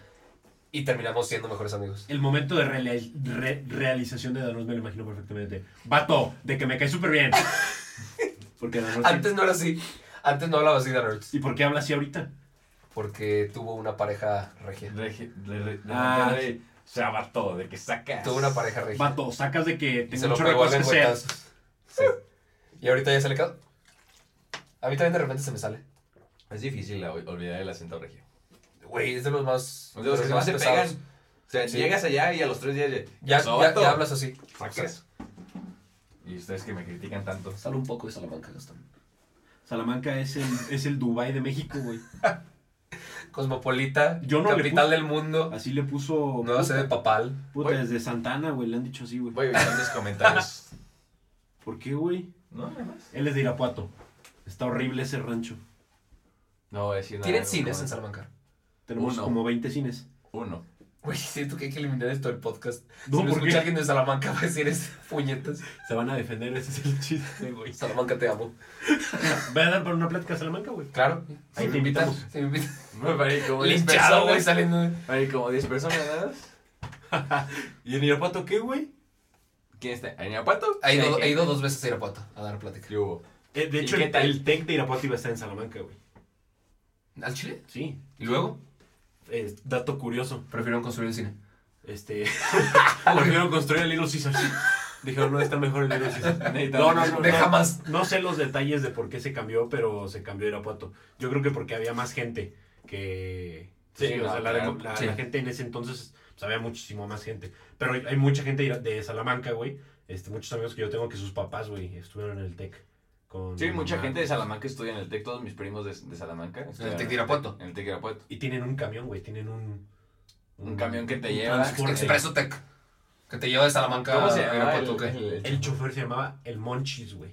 A: Y terminamos siendo mejores amigos.
B: El momento de reali- re- realización de Danorts me lo imagino perfectamente. Vato, de que me caes súper
A: *laughs*
B: bien. Porque Danorts...
A: Antes no era así. Antes no hablaba así de Nerds.
B: ¿Y por qué habla así ahorita?
A: Porque tuvo una pareja regia.
D: Regi- le- re- le-
B: Ah.
D: re- se abató de que sacas.
A: Tuvo una pareja regia.
B: Vato, sacas de que
A: Y
B: tengo
A: se
B: un
A: lo
B: chorro de
A: pegó a
B: cosas que hacer.
A: lengüetazos. Sí. Y ahorita ya se le quedó. A mí también de repente se me sale.
D: Es difícil la- olvidar el acento regio.
A: Güey, es de los más.
D: Es de los que
A: más
D: más se
A: pesados.
D: pegan. O sea,
A: Sí.
D: llegas allá y a los tres días ya,
A: Ya,
D: "Pasó,
A: ya-
D: vato".
A: ya hablas así.
D: Sacas. Y ustedes que me critican tanto.
A: Sale un poco de Salamanca, Gastón.
B: Salamanca es el, es el Dubai de México, güey.
A: Cosmopolita,
B: Yo no le
A: capital
B: puse-
A: del mundo,
B: Así le puso...
A: nueva sede papal.
B: Puta,
D: Güey.
B: desde Santana, güey, le han dicho así, güey.
D: Voy a evitar mis *laughs* comentarios.
B: ¿Por qué, güey?
D: No, nada más.
B: Él es de Irapuato. Está horrible ese rancho.
D: No voy a decir nada.
A: ¿Tienen
D: no,
A: cines
D: no.
A: en Salamanca?
B: Tenemos
D: Uno.
B: como 20 cines.
D: Uno. *laughs*
A: Güey, siento que hay que eliminar esto del podcast.
B: No,
A: si me
B: ¿por
A: escucha
B: qué?
A: alguien de Salamanca, *laughs* va a decir es puñetas.
B: Se van a defender, ese es el *laughs* chiste, güey.
A: Salamanca, te amo.
B: Va a dar para una plática a Salamanca, güey.
A: Claro.
B: Ahí
A: Si
B: te
A: me invitan,
B: invitamos.
A: si me invitan.
D: Me parece como 10
A: Linchado, güey,
D: personas.
A: saliendo. de-
D: Hay como 10 personas nada *laughs* más.
B: ¿Y en Irapuato qué, güey?
D: ¿Quién está? ¿En Irapuato?
A: Ha ido,
D: Sí,
A: he ido dos veces a Irapuato a dar plática.
D: ¿Qué *laughs* hubo?
B: Eh, de
D: ¿Y
B: hecho,
D: qué
B: el,
D: tal?
B: el TEC de Irapuato iba a estar en Salamanca, güey.
A: ¿Al Chile?
B: Sí.
A: ¿Y luego?
B: Eh, dato curioso.
A: Prefirieron construir el cine.
B: *laughs* Este. Prefirieron construir el Little Caesars. Dijeron, no, está mejor el Little Caesars. No, no, no.
A: Deja
B: no,
A: más.
B: No sé los detalles de por qué se cambió, pero se cambió Irapuato. Yo creo que porque había más gente que. pues
D: Sí,
B: Sí, o
D: no,
B: sea, la,
D: claro.
B: la-
A: Sí.
B: la gente en ese entonces pues, había muchísimo más gente. Pero hay, hay mucha gente de Ira- de Salamanca, güey. Este, muchos amigos que yo tengo que sus papás, güey, estuvieron en el TEC. con
D: Sí,
B: mi
D: mucha
B: mamá.
D: gente de Salamanca estudia en el TEC, todos mis primos de, de Salamanca. estudian
A: TEC de Irapuato.
D: En el TEC de Irapuato.
B: Y tienen un camión, güey. Tienen un.
D: Un camión que te lleva,
B: transporte.
A: Expreso Tech. Que te lleva de Salamanca
D: ¿Cómo se
A: a
D: llama?
A: Irapuato, ¿qué?
D: el-
B: El chofer se llamaba el Monchis, güey.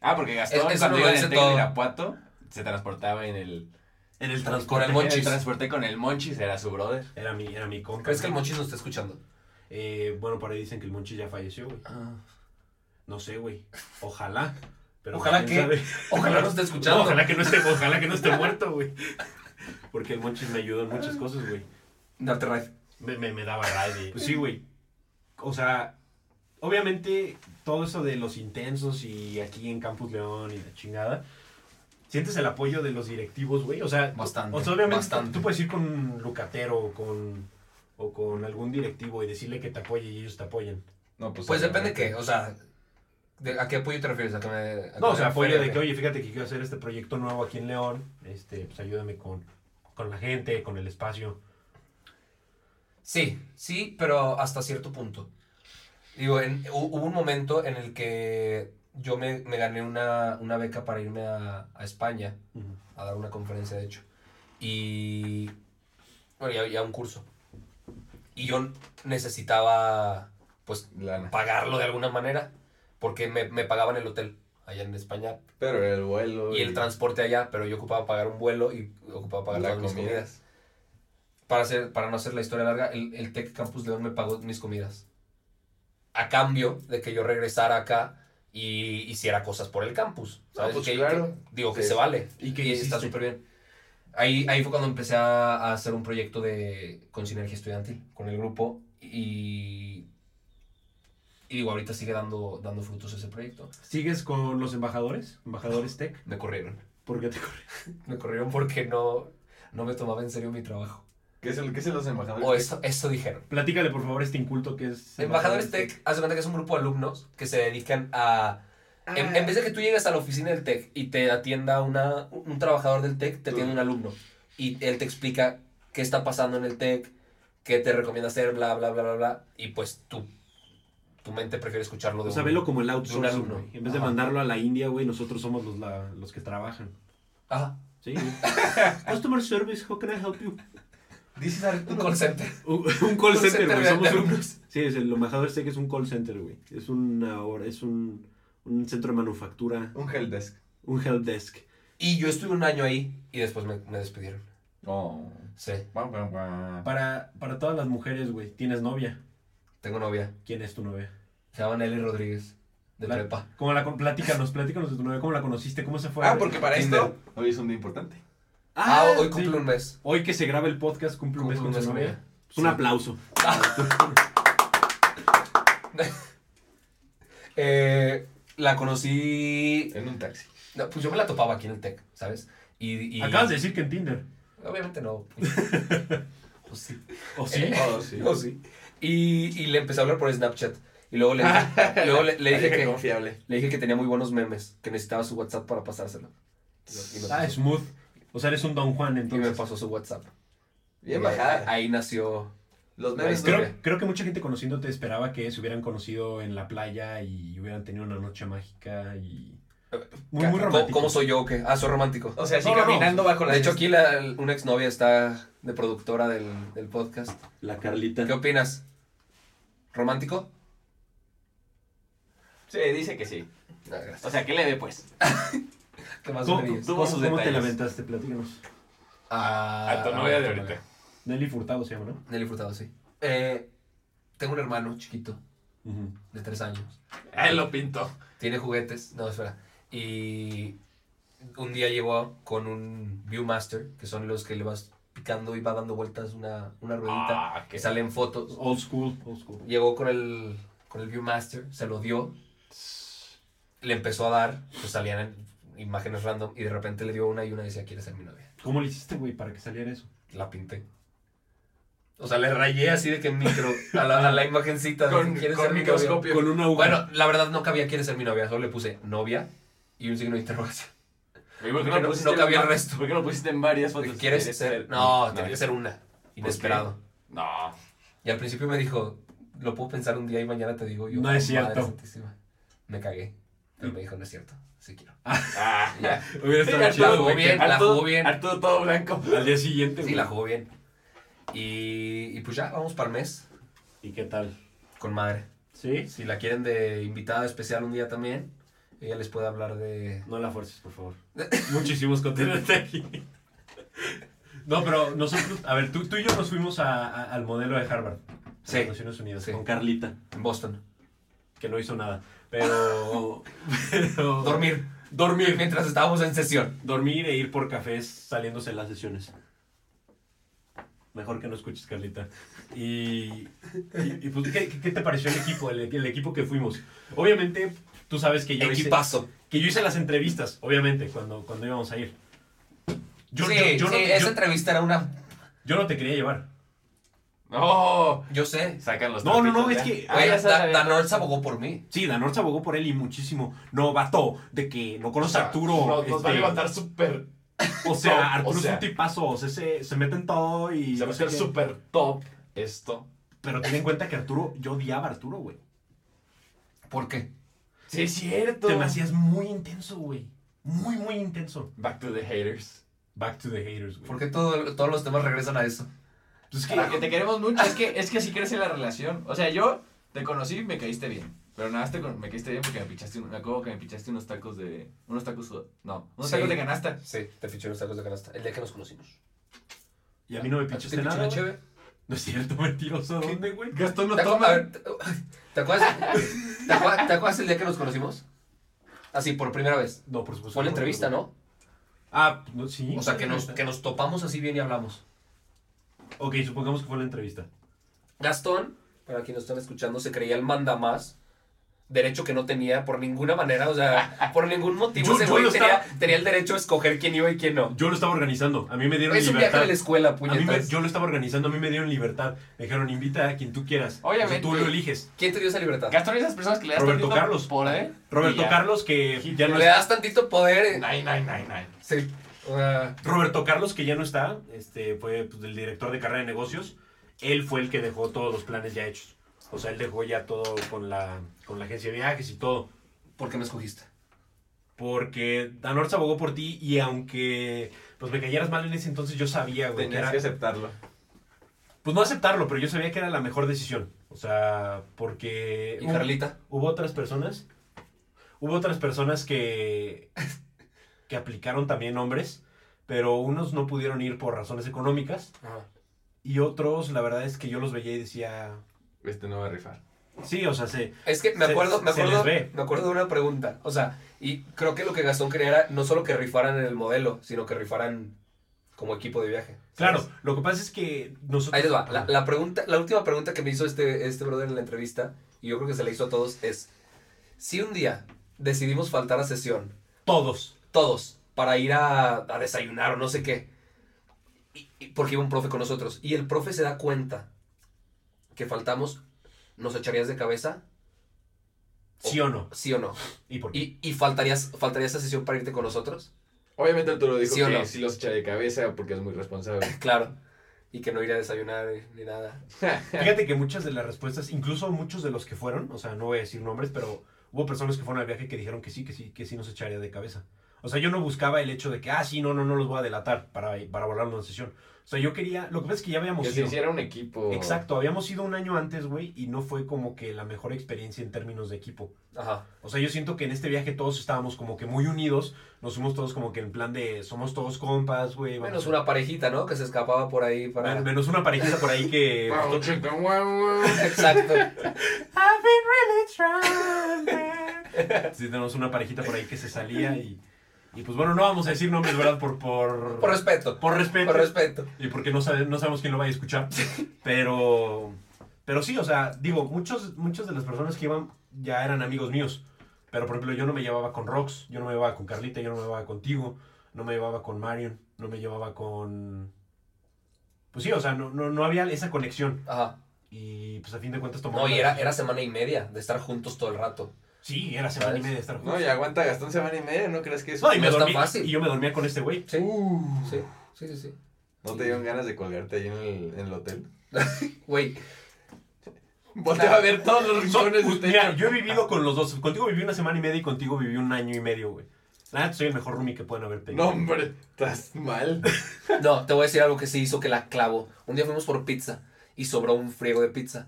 D: Ah, porque Gastón,
A: Es- eso
D: cuando
A: lo
D: iba en
A: dice
D: el TEC
A: todo.
D: de Irapuato, se transportaba *laughs* en el...
B: En el
A: Con
D: *laughs*
A: el
D: Me
A: Monchis.
D: transporté con el Monchis, era su brother.
B: Era mi, era mi compa.
A: ¿Crees que el Monchis nos está escuchando?
B: Eh, bueno, por ahí dicen que el Monchis ya falleció, güey. No sé, güey. Ojalá. Pero
A: Ojalá
B: quién
A: que- Ojalá nos esté escuchando.
B: No, ojalá que no esté, ojalá que no esté muerto, güey. Porque el Monchis me ayudó en muchas cosas, güey.
A: Darte ride.
B: Me, me, me daba radio. Pues sí, güey. O sea, obviamente todo eso de los intensos y aquí en Campus León y la chingada. ¿Sientes el apoyo de los directivos, güey? O sea,
A: Bastante,
B: o sea, obviamente
A: bastante.
B: tú puedes ir con un lucatero o con, o con algún directivo y decirle que te apoye y ellos te apoyen.
E: No,
A: Pues, depende qué, o sea, de- ¿a qué apoyo te refieres? ¿A que me, a
B: No,
A: que
B: o
A: me
B: sea, apoyo
A: refiere?
B: de que, oye, fíjate que quiero hacer este proyecto nuevo aquí en León. Este, pues ayúdame con, con la gente, con el espacio.
A: Sí, sí, pero hasta cierto punto. Digo, en- hu- hubo un momento en el que yo me, me gané una, una beca para irme a, a España
B: Ujú.
A: a dar una conferencia, de hecho. Y. Bueno, ya, ya un curso. Y yo necesitaba, pues,
E: Lana.
A: pagarlo de alguna manera, porque me, me pagaban el hotel allá en España
E: Pero el vuelo.
A: y el transporte allá, pero yo ocupaba pagar un vuelo y ocupaba pagar
E: La
A: todas mis
E: comida.
A: comidas. Para, hacer, para no hacer la historia larga, el, el Tech Campus León me pagó mis comidas. A cambio de que yo regresara acá y hiciera cosas por el campus. ¿sabes?
E: pues
A: Que-
E: claro.
A: que- digo que
E: Sí.
A: se vale.
B: ¿Y qué
A: está
B: hiciste?
A: súper bien. Ahí, ahí fue cuando empecé a, a hacer un proyecto de, con Sinergia Estudiantil, con el grupo. Y, y digo, ahorita sigue dando, dando frutos ese proyecto.
B: ¿Sigues con los embajadores? ¿Embajadores tech?
A: Me corrieron.
B: ¿Por qué te corrí?
A: Me corrieron porque no, no me tomaba en serio mi trabajo.
E: ¿Qué es, el, ¿Qué es el- los embajadores?
A: O eso, eso dijeron.
B: Platícale, por favor, este inculto que es...
A: Embajadores Tech, haz de cuenta que es un grupo de alumnos que se dedican a... En, en vez de que tú llegues a la oficina del Tech y te atienda una, un trabajador del Tech, te atiende un alumno. Y él te explica qué está pasando en el Tech, qué te recomienda hacer, bla, bla, bla, bla, bla. Y pues tú, tu mente prefiere escucharlo de
B: O sea,
A: un-
B: velo como el outsourcing,
A: De un alumno.
B: güey. En vez de
A: Ajá.
B: mandarlo a la India, güey, nosotros somos los, la- los que trabajan. *laughs*
A: Ajá,
B: Sí. Customer service, how can I help you?
E: Dices
A: un
E: Arturo.
A: call center.
B: Un, un call
A: Call
B: center,
A: center
B: güey.
A: de- *laughs*
B: Somos
A: de
B: un-
A: alumnos.
B: Sí, es el embajador sé que es un call center, güey. Es una hora- es un, un centro de manufactura,
E: Un helpdesk.
B: un help desk.
A: Y yo estuve un año ahí y después me, me despidieron.
D: Oh.
E: No.
A: Sí,
E: Guau, guau, guau.
B: Para, para todas las mujeres, güey, tienes novia.
A: tengo novia.
B: ¿Quién es tu novia?
A: Se llama Nelly Rodríguez, de
B: La-
A: prepa.
B: ¿Cómo la con- platícanos, platícanos de tu novia, cómo la conociste, cómo se fue?
E: Ah, porque para
A: Tinder.
E: esto hoy es un día importante.
A: Ah,
B: sí.
A: hoy cumple un mes.
B: Hoy que se graba el podcast, cumple un mes
A: Cumple
B: con
A: un mes
B: su
A: con
B: novia.
A: ella.
B: Pues un
A: Sí.
B: aplauso.
A: Eh, la conocí.
E: En un taxi.
A: no, pues yo me la topaba aquí en el TEC, ¿sabes? Y, y-
B: Acabas de decir que en Tinder.
A: Obviamente
B: *laughs*
A: no. Pues, Pues sí.
B: ¿O
A: *laughs*
B: sí?
A: Eh,
E: Oh, sí.
A: no, sí. Y, y le empecé a hablar por Snapchat. Y luego
B: *laughs*
A: le dije, luego le, le dije
E: Alguien
A: que,
E: confiable.
A: le dije que tenía muy buenos memes, que necesitaba su WhatsApp para pasárselo. Y lo- y lo
B: Ah,
A: puso.
B: smooth. O sea, eres un Don Juan,
A: Y me
B: entonces.
A: pasó su WhatsApp.
E: Bien
A: Y ahí-
E: bajada.
A: Ahí nació.
E: Los
A: la
E: memes
A: historia.
B: Creo, creo que mucha gente conociéndote esperaba que se hubieran conocido en la playa y hubieran tenido una noche mágica y... Muy, muy
A: Eh, ¿Cómo-
B: romántico.
A: ¿Cómo soy yo o qué? Ah, soy romántico.
E: O sea, así
B: No, no, no.
E: caminando bajo la
A: De hecho, aquí la, una exnovia está de productora del, del podcast.
B: La Carlita.
A: ¿Qué opinas? ¿Romántico?
D: Sí, dice que sí.
A: Ah, gracias.
D: O sea, ¿qué le ve, pues?
A: ¿Qué más
B: ¿Cómo,
A: verías?
B: cómo-
D: sus
B: cómo te
D: detalles.
B: la aventaste? Platícanos.
A: Ah,
D: A tu novia de ahorita.
B: Nelly Furtado se llama, ¿no?
A: Nelly Furtado, sí. Eh, tengo un hermano chiquito, de tres años.
D: Ah, Él lo pintó.
A: Tiene juguetes. No, espera. Y un día llegó con un Viewmaster, que son los que le vas picando y va dando vueltas una, una ruedita.
D: Ah,
A: que
D: qué
A: salen fotos.
B: Old school, old school.
A: Llegó con el, con el Viewmaster, se lo dio. Le empezó a dar, pues salían imágenes random y de repente le dio una y una decía, ¿quieres ser mi novia?
B: ¿Cómo le hiciste, güey, para que saliera eso?
A: La pinté. O sea, le rayé así de que en micro a la, a la imagencita. de que
D: Con,
A: ¿quieres
D: con
A: ser mi novia?
D: microscopio.
B: Con una uva.
A: Bueno, la verdad no cabía quiere ser mi novia, solo le puse novia y un signo de interrogación.
D: ¿Y por qué
A: no- no
D: pusiste en
A: cabía el
D: va-
A: resto.
D: ¿Por qué no pusiste en varias
A: De que *laughs*
D: fotos?
A: ¿Quieres ser? No, tenía que ser una.
D: qué?
A: Inesperado.
D: No.
A: Y al principio me dijo, lo puedo pensar un día y mañana te digo yo.
B: No es
A: "Oh, madre
B: cierto".
A: santísima. Me cagué. Pero me dijo, no es cierto, sí quiero.
D: Ah, *laughs*
A: Y ya.
B: Hubiera
A: la
B: estado
A: chido,
B: chido,
A: jugó
B: güey.
A: bien, la jugó bien.
D: Arturo todo blanco.
B: Al día siguiente,
A: Sí, la jugó bien. Y, y pues ya, vamos para el mes.
B: ¿Y qué tal?
A: Con madre.
B: ¿Sí?
A: Si la quieren de invitada especial un día también, ella les puede hablar de...
B: No la fuerces, por
A: *laughs*
B: favor. Muchísimos contenidos aquí. No, pero nosotros, a ver, tú, tú y yo nos fuimos a- a- al modelo de Harvard.
A: Sí.
B: De Naciones Unidas.
A: Sí.
B: Con Carlita,
A: En Boston.
B: que no hizo nada. Pero.
A: *laughs*
B: pero-
A: Dormir. Dormir mientras estábamos en sesión.
B: Dormir e ir por cafés saliéndose de las sesiones. Mejor que no escuches, Carlita. Y, y- y, pues, ¿qué, qué te pareció el equipo? El, el equipo que fuimos. Obviamente, tú sabes que yo, hice,
A: Equipazo.
B: que yo hice las entrevistas, obviamente, cuando, cuando íbamos a ir. Yo,
A: sí,
B: yo- yo
A: sí,
B: no, te-
A: esa
B: yo-
A: entrevista era una...
B: yo no te quería llevar.
D: No.
A: Yo sé.
D: Sacan los
B: No, no, no,
D: trapitos
B: es
D: ya.
B: que...
A: Oye,
D: ya
A: Dan
D: se la había-
A: Danor se abogó por mí.
B: Sí, Danor se abogó por él y muchísimo. No, vato, de que no conoce a Arturo.
D: Nos, nos va a
B: este,
D: levantar súper.
B: O sea,
D: No, o
B: Arturo es
D: sea.
B: un tipazo. o sea, se, se mete en todo y...
D: Se va
B: no
D: a
B: sé
D: hacer
B: qué.
D: súper top.
C: esto.
B: Pero ten en cuenta que Arturo, yo odiaba a Arturo, güey.
A: ¿Por qué?
C: Sí, es cierto.
B: Te me hacías muy intenso, güey. Muy, muy intenso.
C: Back to the haters.
B: Back to the haters, güey.
A: ¿Por qué todo- todos los temas regresan a eso?
B: Pues es que,
D: Ah, que te queremos mucho. Es que, es que así crece la relación. O sea, yo te conocí y me caíste bien. Pero nada más te con- me caíste bien porque me pichaste un- me acuerdo que me pichaste unos tacos de. Unos tacos sud- No, unos
A: Sí.
D: tacos de canasta.
A: Sí, te fiché los tacos de canasta. El día que nos conocimos.
B: y a mí no me
A: ¿A ti
B: pinchaste
A: te piché
B: nada.
A: una
B: güey.
A: cheve?
B: No es cierto, *laughs* mentiroso.
A: ¿Qué?
B: ¿Dónde, güey?
D: Gastón no
A: ¿Te acu-
D: toma.
A: a ver, te- ¿te acuerdas, te acu- te acuerdas el día que nos conocimos? Así, por primera vez.
B: No, por supuesto.
A: Fue la
B: no,
A: entrevista, ¿no?
B: Ah, no, sí.
A: O sea, que nos, que nos topamos así bien y hablamos.
B: Ok, supongamos que fue la entrevista.
A: Gastón, para quienes están escuchando, se creía el mandamás. Derecho que no tenía por ninguna manera, o sea, por ningún motivo.
B: Yo-
A: ese
B: yo
A: güey
B: lo
A: tenía,
B: estaba-
A: tenía el derecho a escoger quién iba y quién no.
B: Yo lo estaba organizando. A mí me dieron
A: Es un viaje
B: libertad.
A: de la escuela,
B: a mí me-
A: puñetas.
B: yo lo estaba organizando, a mí me dieron libertad. Me dijeron, invita a quien tú quieras.
D: Obviamente.
B: O sea, tú lo eliges.
A: ¿Quién te dio esa libertad?
D: Gastón es de esas personas que le das
B: Roberto
D: tantito
B: Carlos.
D: poder y
B: Roberto
D: ya.
B: Carlos, que ya no
A: Le
B: es-
A: das tantito poder. eh.
D: Nine, nine, nine, nine.
A: Sí. o sea,
B: Roberto Carlos, que ya no está, este, fue pues, el director de carrera de negocios. Él fue el que dejó todos los planes ya hechos. O sea, él dejó ya todo con la, con la agencia de viajes y todo.
A: ¿Por qué me escogiste?
B: Porque Danor se abogó por ti y aunque pues me cayeras mal en ese entonces, yo sabía, güey, que
E: Tenías
B: era-
E: que aceptarlo.
B: Pues no aceptarlo, pero yo sabía que era la mejor decisión. O sea, porque...
A: ¿Y
B: hubo-
A: Carlita?
B: Hubo otras personas. Hubo otras personas que. que aplicaron también hombres. Pero unos no pudieron ir por razones económicas.
A: Ajá.
B: Y otros, la verdad es que yo los veía y decía.
E: Este no va a rifar.
B: Sí, o sea, se.
A: Es que me
B: Se-
A: acuerdo, me
B: se
A: acuerdo,
B: les ve.
A: me acuerdo de una pregunta. O sea, y creo que lo que Gastón quería era no solo que rifaran en el modelo, sino que rifaran como equipo de viaje.
B: Claro,
A: ¿sabes?
B: lo que pasa es que nosotros.
A: Ahí les va. La, la pregunta, la última pregunta que me hizo este, este brother en la entrevista, y yo creo que se la hizo a todos, es: si un día decidimos faltar a sesión,
B: Todos.
A: todos, para ir a, a desayunar o no sé qué, y- y- porque iba un profe con nosotros, y el profe se da cuenta que faltamos, ¿nos echarías de cabeza?
B: ¿Sí o no?
A: ¿Sí o no?
B: ¿Y por qué?
A: ¿Y, y faltarías, faltaría esa sesión para irte con nosotros?
E: Obviamente Arturo dijo
A: ¿Sí o
E: que
A: no?
E: sí los echa de cabeza porque es muy responsable.
A: Claro. Y que no iría a desayunar eh, ni nada.
B: Fíjate que muchas de las respuestas, incluso muchos de los que fueron, o sea, no voy a decir nombres, pero hubo personas que fueron al viaje que dijeron que sí, que sí, que sí nos echaría de cabeza. O sea, yo no buscaba el hecho de que, ah, sí, no, no, no los voy a delatar para, para volar una sesión. O sea, yo quería, lo que pasa es que ya habíamos
E: que se
B: ido.
E: hiciera un equipo.
B: Exacto, habíamos ido un año antes, güey, y no fue como que la mejor experiencia en términos de equipo.
A: Ajá.
B: O sea, yo siento que en este viaje todos estábamos como que muy unidos, nos fuimos todos como que en plan de, somos todos compas, güey. vamos
A: Menos
B: a-
A: una parejita, ¿no? Que se escapaba por ahí para...
B: Men- Menos una parejita por ahí que...
A: *laughs* Exacto.
B: *laughs* Sí, tenemos una parejita por ahí que se salía y, y pues bueno, no vamos a decir nombres, ¿verdad? Por, por,
A: Por respeto.
B: por respeto.
A: Por respeto.
B: y porque no, sabe- no sabemos quién lo vaya a escuchar. Pero, pero sí, o sea, digo, muchos, muchas de las personas que iban ya eran amigos míos. Pero por ejemplo, yo no me llevaba con Rox, yo no me llevaba con Carlita, yo no me llevaba contigo, no me llevaba con Marion, no me llevaba con... Pues sí, o sea, no, no, no había esa conexión.
A: Ajá.
B: Y pues a fin de cuentas tomamos...
A: No,
B: la
A: y era,
B: decisión.
A: era semana y media de estar juntos todo el rato.
B: Sí, era semana y
A: ¿Sabes?
B: media de estar juntos.
E: No, y aguanta Gastón semana y media, ¿no crees que eso?
B: No, y
A: No
B: me
A: está
B: dormí.
A: fácil.
B: Y yo me dormía con este güey.
A: Sí. Sí, sí, sí, sí.
E: ¿No te dieron ganas de colgarte ahí en el, en el hotel?
A: Güey,
E: Volteo a ver todos los
B: Son-
E: rincones
B: u-
E: de
B: pues, mira, yo he
A: Ah.
B: vivido con los dos. Contigo viví una semana y media y contigo viví un año y medio, güey. La neta, soy el mejor roomie que pueden haber
E: No,
B: tenido.
E: hombre, estás mal.
A: no, te voy a decir algo que sí hizo que la clavo. Un día fuimos por pizza y sobró un friego de pizza.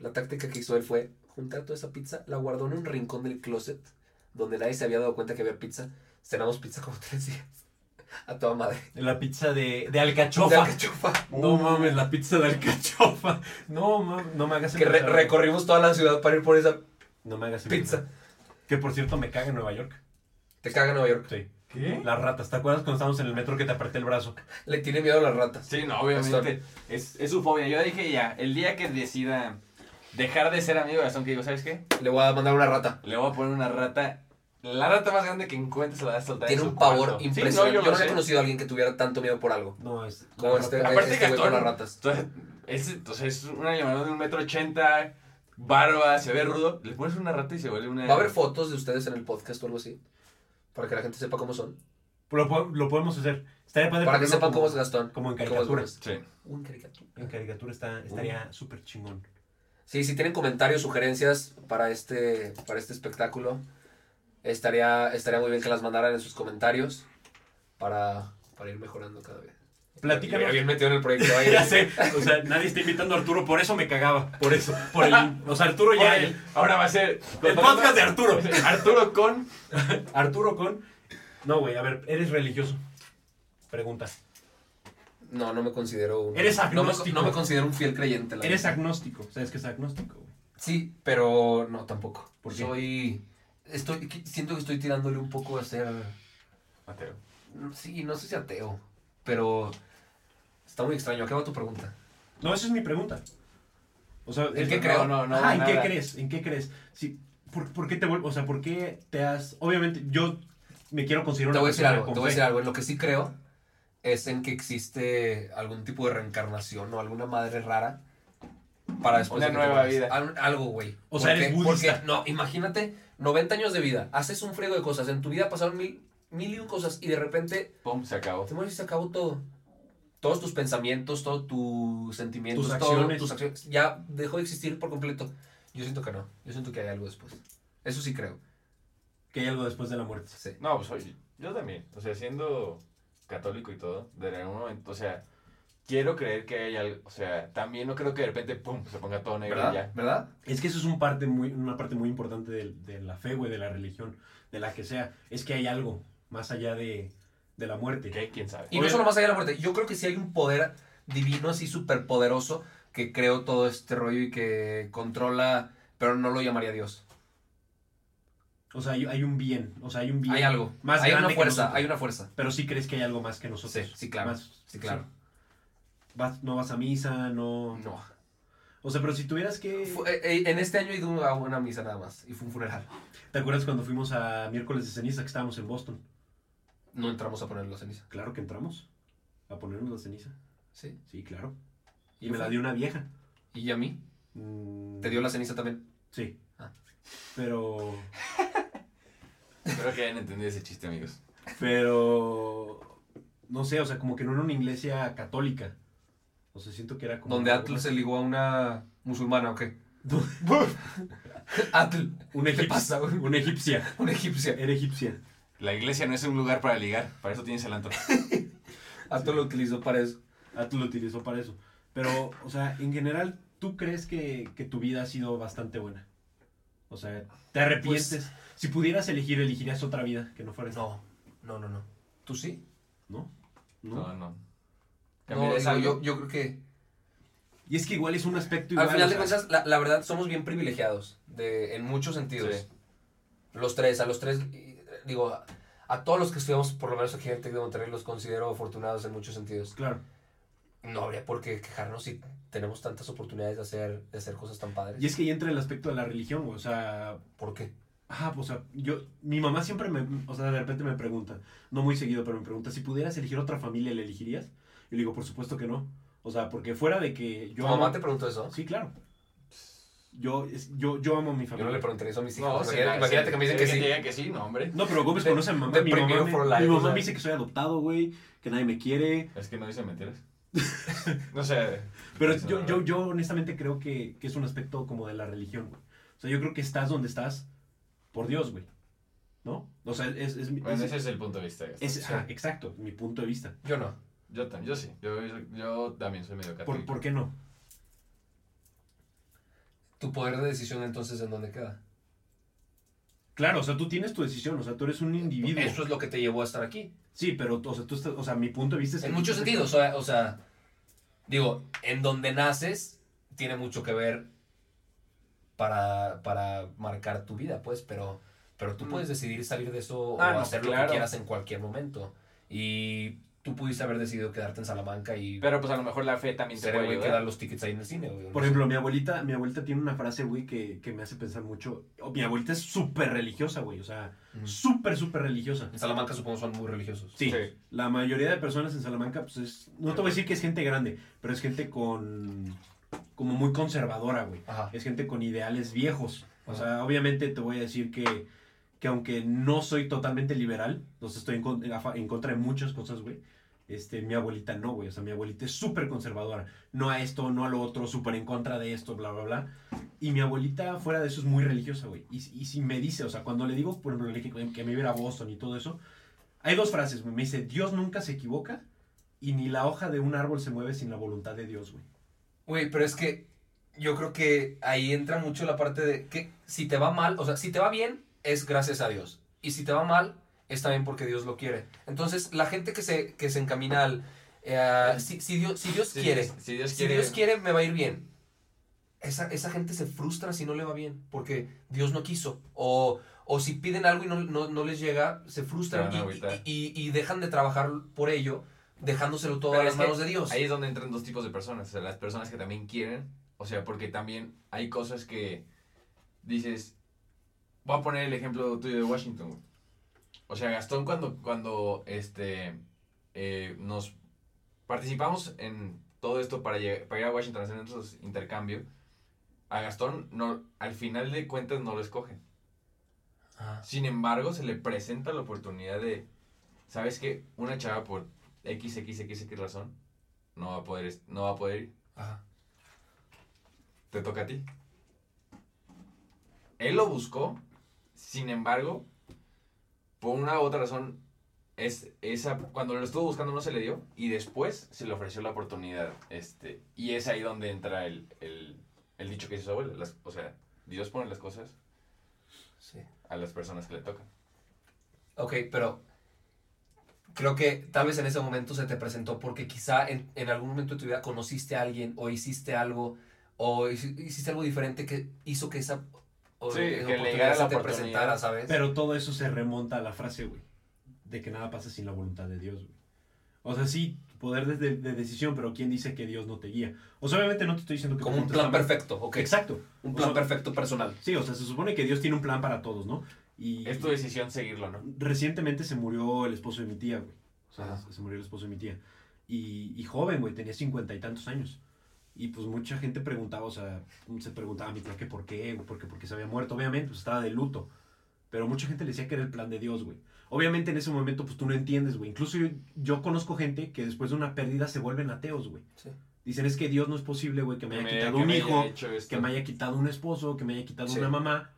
A: La táctica que hizo él fue juntar toda esa pizza, la guardó en un rincón del closet donde nadie se había dado cuenta que había pizza. Cenamos pizza como *laughs* tres días. A toda madre.
B: La pizza de, de
A: De Uh.
B: alcachofa.
A: alcachofa.
B: No mames, la pizza de alcachofa. No mames, no me hagas
A: Que re-
B: empezar, güey.
A: recorrimos toda la ciudad para ir por esa
B: No me hagas empezar.
A: pizza.
B: Que por cierto me caga en Nueva York.
A: Te caga Nueva York.
B: Sí.
E: ¿Qué?
B: Las ratas. ¿Te acuerdas cuando estábamos en el metro que te aparté el brazo?
A: Le tiene miedo a las ratas.
D: Sí, no, obviamente. Es, es su fobia. Yo dije ya, el día que decida dejar de ser amigo de Gastón, que digo, ¿sabes qué?
A: Le voy a mandar una rata.
D: Le voy a poner una rata. La rata más grande que encuentres la vas a soltar.
A: Tiene
D: en
A: un
D: su
A: pavor
D: cuarto. Sí,
A: impresionante.
D: no,
A: yo
D: yo
A: no
D: lo
A: he
D: sé.
A: conocido a alguien que tuviera tanto miedo por algo.
B: No, es.
A: Como
B: la
A: este,
B: rata-
D: Aparte
A: este güey con
D: Gastón-
A: las ratas.
D: Entonces, es, entonces, es una llamada de un metro ochenta, barba, se ve rudo. Le pones una rata y se vuelve una.
A: ¿Va a haber fotos de ustedes en el podcast o algo así? Para que la gente sepa cómo son.
B: Lo, po- lo podemos hacer. Estaría padre
A: Para que
B: ponerlo
A: sepan
B: como-
A: cómo es Gastón.
B: como en
A: cómo es
B: caricatura.
A: Gastón.
D: Sí.
A: Un caricatura.
B: En caricatura está,
A: Mm.
B: estaría súper chingón.
A: Sí, si tienen comentarios, sugerencias para este, para este espectáculo, estaría, estaría muy bien que las mandaran en sus comentarios para, para ir mejorando cada vez.
B: Platícanos.
A: Ya bien metido en el proyecto.
B: *laughs*
A: ahí.
B: Ya sé, o sea, nadie está invitando a Arturo, por eso me cagaba, por eso, por el, o sea, Arturo ya, el,
D: Ahora va a ser.
B: el podcast de
D: *laughs*
B: Arturo,
D: Arturo con.
B: Arturo con, no güey, a ver, eres religioso, pregunta,
A: No, no me considero un...
B: Eres
A: no me,
B: agnóstico.
A: no me considero un fiel creyente. la
B: eres
A: verdad.
B: agnóstico, sabes que es agnóstico, güey,
A: Sí, pero no, tampoco.
B: ¿Por qué?
A: Soy... Estoy, siento que estoy tirándole un poco a ser...
D: Mateo.
A: Sí, no sé si ateo, pero... Está muy extraño. Acaba tu pregunta.
B: no, esa es mi pregunta, o sea,
A: ¿En qué
B: es-
A: creo?
D: No, no,
B: Ajá, ¿en qué
D: nada.
B: crees? ¿En qué crees? Sí, ¿por, por qué te vuel- o sea, por qué te has, obviamente, yo me quiero considerar
A: Te
B: una
A: voy a decir
B: persona
A: algo,
B: con
A: te voy a
B: fe.
A: decir algo. En lo que sí creo es en que existe algún tipo de reencarnación o alguna madre rara para después
D: Una
A: de que
D: nueva
A: te mueras.
D: vida.
A: Al- algo, güey.
B: O sea, eres budista.
A: porque, no, imagínate, 90 años de vida, haces un friego de cosas, en tu vida pasaron mil, mil y un cosas y de repente
D: Pum, se acabó.
A: te mueres y se acabó todo. Todos tus pensamientos, todos tus sentimientos,
B: Tus
A: todo,
B: acciones.
A: tus acciones, ya dejó de existir por completo. Yo siento que no, yo siento que hay algo después. Eso sí creo.
B: que hay algo después de la muerte,
A: Sí.
D: No, pues oye, yo también. O sea, siendo católico y todo, desde algún momento, o sea, quiero creer que hay algo. O sea, también no creo que de repente, pum, se ponga todo negro y
A: ¿Verdad?
D: ya.
A: ¿Verdad?
B: Es que eso es un parte muy, una parte muy importante de, de la fe, güey, de la religión, de la que sea. Es que hay algo más allá de, de la muerte.
D: ¿Qué? ¿Quién sabe?
A: Y no solo más allá de la muerte, yo creo que sí hay un poder divino así súper poderoso que creó todo este rollo y que controla, pero no lo llamaría Dios.
B: O sea, hay, hay un bien, o sea, hay un bien.
A: Hay algo,
B: Más
A: hay
B: grande
A: una
B: que
A: fuerza,
B: nosotros.
A: hay una fuerza.
B: Pero sí crees que hay algo más que nosotros.
A: Sí, sí, claro.
B: Más-
A: Sí, claro.
B: Vas- no vas a misa, no...
A: No.
B: O sea, pero si tuvieras que...
A: Fu- eh, eh, en este año he ido a una misa nada más y fue un funeral.
B: ¿Te acuerdas cuando fuimos a miércoles de ceniza que estábamos en Boston?
A: No entramos a poner la ceniza.
B: Claro que entramos a ponernos la ceniza.
A: Sí.
B: Sí, claro.
A: ¿Y
B: Y me la
A: fue?
B: dio una vieja.
A: ¿Y a mí?
B: Mm,
A: ¿Te dio la ceniza también?
B: Sí.
A: Ah.
B: Pero...
D: Espero que hayan entendido ese chiste, amigos.
B: Pero no sé, o sea, como que no era una iglesia católica. O sea, siento que era como.
A: ¿Donde Atl se ligó a una musulmana o *laughs* qué?
B: Una,
A: Atl,
B: una
A: ¿qué te
B: egipcia.
A: pasa? güey?
B: *laughs* Una egipcia.
A: Una egipcia.
B: Era egipcia.
D: La iglesia no es un lugar para ligar, para eso tienes el antro.
A: Atl lo utilizó para eso.
B: Atl lo utilizó para eso. Pero, o sea, en general, ¿tú crees que, que tu vida ha sido bastante buena? O sea, ¿te arrepientes? si pudieras elegir, elegirías otra vida que no fuera esa.
A: Pues No, no, no, no. ¿Tú sí?
B: ¿No? ¿No?
D: No, no.
A: No,
D: Cambiarías
A: digo,
D: algo.
A: yo, yo creo que
B: Y es que igual es un aspecto igual.
A: al final
B: ah, o
A: de
B: sea,
A: cuentas, la, la verdad, somos bien privilegiados de, en muchos sentidos.
D: Sí.
A: Los tres, a los tres, y, eh, digo, a, a todos los que estudiamos, por lo menos aquí en el Tec de Monterrey, los considero afortunados en muchos sentidos.
B: Claro.
A: No habría por qué quejarnos si tenemos tantas oportunidades de hacer, de hacer cosas tan padres.
B: Y es que ahí entra el aspecto de la religión, güey, O sea,
A: ¿Por qué?
B: Ah, pues, o sea, yo, mi mamá siempre me, o sea, de repente me pregunta, no muy seguido, pero me pregunta, si pudieras elegir otra familia, ¿la elegirías? Y le digo, por supuesto que no. O sea, porque fuera de que yo...
A: ¿Tu mamá
B: amo-
A: te preguntó eso?
B: Sí, claro. Yo, es- yo, yo amo a mi
A: Yo
B: familia.
A: no le pregunté eso a mis hijos.
D: No,
A: imagínate
D: sí,
A: imagínate
D: sí.
A: que me dicen
D: Sí,
A: que sí.
D: digan que sí, no, hombre.
B: No, pero Gómez
A: De-
B: conoce a mi mamá.
A: de
B: Mi mamá,
A: primero
B: me,
A: for life,
B: mi
A: o
B: mamá
A: sea.
B: me dice que soy adoptado, güey, que nadie me quiere.
D: Es que no dicen *laughs* mentiras. No sé.
B: Pero
D: Eso
B: yo,
D: no,
B: yo,
D: no.
B: yo honestamente creo que, que es un aspecto como de la religión, güey. O sea, yo creo que estás donde estás por Dios, güey. ¿No? O sea, es... es, mi-
D: Bueno,
B: es-
D: ese es el punto de vista. Gastón.
B: es- ajá, exacto, mi punto de vista.
A: Yo no.
D: Yo también, yo sí. Yo, yo también soy medio
B: ¿Por,
D: católico.
B: ¿Por qué no?
A: ¿Tu poder de decisión entonces en dónde queda?
B: Claro, o sea, tú tienes tu decisión, o sea, tú eres un individuo.
A: Eso es lo que te llevó a estar aquí.
B: Sí, pero, o sea, tú estás, o sea, mi punto de vista es que
A: En
B: tú
A: muchos
B: estás-
A: sentidos, o sea, o sea, digo, en donde naces tiene mucho que ver para, para marcar tu vida, pues, pero, pero tú puedes decidir salir de eso
D: Mm. Ah,
A: o
D: no,
A: hacer lo
D: claro.
A: que quieras en cualquier momento. Y tú pudiste haber decidido quedarte en Salamanca y
D: Pero pues a lo mejor la fe también te
A: ser el
D: puede
A: güey que
D: ayudar.
A: da los tickets ahí en el cine, güey.
B: Por ejemplo, mi abuelita, mi abuelita tiene una frase, güey, que, que me hace pensar mucho. O, Mi abuelita es súper religiosa, güey, o sea,
A: Ujú.
B: súper, súper religiosa.
A: en Salamanca supongo son muy religiosos.
B: Sí,
D: Sí.
B: la mayoría de personas en Salamanca, pues es, no te voy a decir que es gente grande, pero es gente con, como muy conservadora, güey.
A: Ajá.
B: es gente con ideales viejos. O sea, obviamente te voy a decir que, que aunque no soy totalmente liberal, entonces estoy en, con- a fa- en contra de muchas cosas, güey, Este, mi abuelita no, güey. O sea, mi abuelita es súper conservadora. No a esto, no a lo otro, súper en contra de esto, bla, bla, bla. Y mi abuelita, fuera de eso, es muy religiosa, güey. Y, si- y si me dice, o sea, cuando le digo, por ejemplo, le dije que me iba a ir a Boston y todo eso, hay dos frases, güey. Me dice, Dios nunca se equivoca y ni la hoja de un árbol se mueve sin la voluntad de Dios, güey.
A: Güey, pero es que yo creo que ahí entra mucho la parte de que si te va mal, o sea, si te va bien, es gracias a Dios. Y si te va mal, es también porque Dios lo quiere. Entonces, la gente que se, que se encamina al... eh, si, si Dios, si Dios
D: Si-
A: quiere,
D: Si Dios
A: si
D: quiere.
A: Dios quiere, me va a ir bien. Esa, esa gente se frustra si no le va bien, porque Dios no quiso. O, o si piden algo y no, no- no les llega, se frustran
D: Se van a
A: y-
D: agüitar.
A: y, y- y dejan de trabajar por ello, dejándoselo todo
D: Pero
A: a las
D: es que
A: manos de Dios.
D: Ahí es donde entran dos tipos de personas. O sea, las personas que también quieren. O sea, porque también hay cosas que dices. Voy a poner el ejemplo tuyo de Washington. güey. O sea, Gastón, cuando, cuando este, eh, nos participamos en todo esto para, lleg- para ir a Washington a hacer nuestros intercambio, a Gastón no, al final de cuentas no lo escogen.
A: Ah.
D: Sin embargo, se le presenta la oportunidad de, ¿sabes qué? Una chava por XXX razón no va a poder, est- no va a poder ir.
A: Ajá.
D: Te toca a ti. Él lo buscó, sin embargo, por una u otra razón, es, esa, cuando lo estuvo buscando no se le dio y después se le ofreció la oportunidad. Este, y es ahí donde entra el, el- el dicho que dice su abuela. las- o sea, Dios pone las cosas
A: Sí.
D: a las personas que le tocan.
A: Ok, pero creo que tal vez en ese momento se te presentó porque quizá en, en algún momento de tu vida conociste a alguien o hiciste algo o hici- hiciste algo diferente que hizo que esa o-
D: Sí, que le
A: oportunidad
D: llegara
A: se
D: la
A: te
D: oportunidad.
A: presentara, ¿sabes?
B: Pero todo eso se remonta a la frase, güey, de que nada pasa sin la voluntad de Dios, güey. O sea, sí, poder de, de- de decisión, pero ¿quién dice que Dios no te guía? O sea, obviamente no te estoy diciendo que...
A: Como un
B: tú
A: plan
B: estás-
A: perfecto, ok.
B: pues, Exacto.
A: Un
B: O
A: plan
B: sea,
A: perfecto personal.
B: Sí, o sea, se supone que Dios tiene un plan para todos, ¿no? Y
D: Es tu decisión seguirlo, ¿no?
B: recientemente se murió el esposo de mi tía, güey. O sea,
A: Ajá.
B: se murió el esposo de mi tía. Y, y joven, güey, tenía cincuenta y tantos años. Y pues mucha gente preguntaba, o sea, se preguntaba a mi tía que por qué, güey, porque, porque se había muerto. Obviamente, pues estaba de luto. Pero mucha gente le decía que era el plan de Dios, güey. Obviamente en ese momento, pues tú no entiendes, güey. Incluso yo, yo conozco gente que después de una pérdida se vuelven ateos, güey.
A: Sí.
B: Dicen, es que Dios no es posible, güey, que me haya
D: Que me-
B: quitado
D: que
B: un
D: me
B: hijo,
D: haya hecho esto.
B: que me haya quitado un esposo, que me haya quitado
A: Sí.
B: una mamá.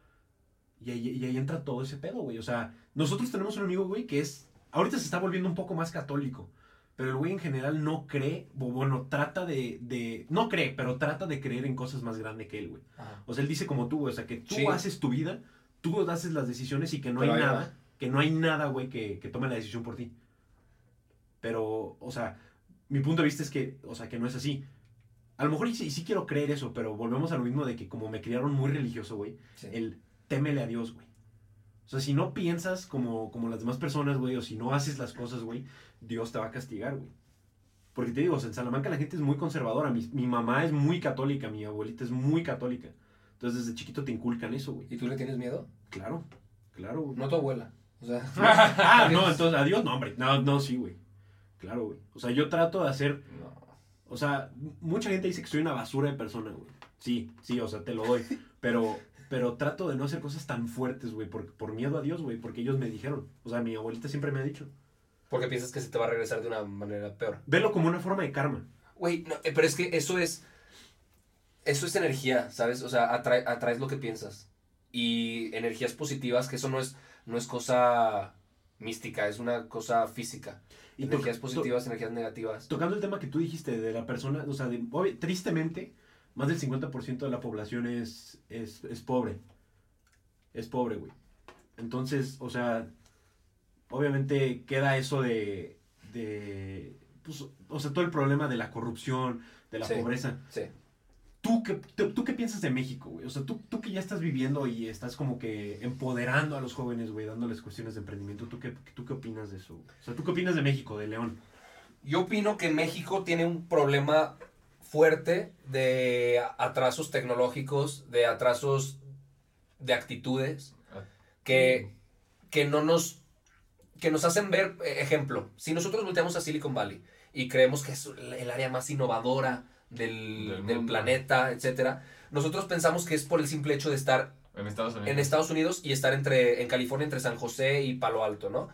B: Y ahí, y ahí entra todo ese pedo, güey. O sea, nosotros tenemos un amigo, güey, que es. Ahorita se está volviendo un poco más católico. Pero el güey en general no cree, o bueno, trata de, de. No cree, pero trata de creer en cosas más grandes que él, güey.
A: Ajá.
B: O sea, él dice como tú, güey. O sea, que tú
A: Sí.
B: haces tu vida, tú haces las decisiones y que no
A: Pero
B: hay
A: ahí va.
B: nada, que no hay nada, güey, que, que tome la decisión por ti. Pero, o sea, mi punto de vista es que, o sea, que no es así. A lo mejor y sí, y sí quiero creer eso, pero volvemos a lo mismo de que como me criaron muy religioso, güey,
A: Sí.
B: el témele a Dios, güey. O sea, si no piensas como, como las demás personas, güey, o si no haces las cosas, güey, Dios te va a castigar, güey. Porque te digo, o sea, en Salamanca la gente es muy conservadora. Mi, mi mamá es muy católica, mi abuelita es muy católica. Entonces desde chiquito te inculcan eso, güey.
A: ¿Y tú le tienes miedo?
B: Claro, claro,
A: *laughs*
B: güey.
A: No a tu abuela. O sea,
B: *laughs* ah,
A: *laughs*
B: no, entonces, adiós, no, hombre. No, no, sí, güey. Claro, güey. O sea, yo trato de hacer
D: No.
B: o sea, m- mucha gente dice que soy una basura de persona, güey. Sí, sí, o sea, te lo doy. Pero, pero trato de no hacer cosas tan fuertes, güey, por, por miedo a Dios, güey, porque ellos me dijeron. O sea, mi abuelita siempre me ha dicho.
A: porque piensas que se te va a regresar de una manera peor.
B: Velo como una forma de karma.
A: Güey, no, eh, pero es que eso es. Eso es energía, ¿sabes? O sea, atrae- atraes lo que piensas. Y energías positivas, que eso no es, no es cosa mística, es una cosa física.
B: Y to-
A: energías
B: to-
A: positivas, energías negativas.
B: tocando el tema que tú dijiste de la persona, o sea, de- obvi- tristemente, más del 50% de la población es, es, es pobre. Es pobre, güey. Entonces, o sea, obviamente queda eso de, de pues, o sea, todo el problema de la corrupción, de la
A: Sí.
B: pobreza.
A: Sí.
B: ¿Tú qué, tú, tú qué piensas de México, güey? O sea, tú, tú que ya estás viviendo y estás como que empoderando a los jóvenes, güey, dándoles cuestiones de emprendimiento, ¿tú qué, tú qué opinas de eso? güey? O sea, ¿tú qué opinas de México, de León?
A: Yo opino que México tiene un problema fuerte de atrasos tecnológicos, de atrasos de actitudes, que, que no nos que nos hacen ver, eh, ejemplo, si nosotros volteamos a Silicon Valley y creemos que es el el área más innovadora del,
D: Del
A: del
D: mundo.
A: planeta, etcétera, nosotros pensamos que es por el simple hecho de estar
D: En Estados Unidos.
A: en Estados Unidos y estar entre en California entre San José y Palo Alto, ¿no?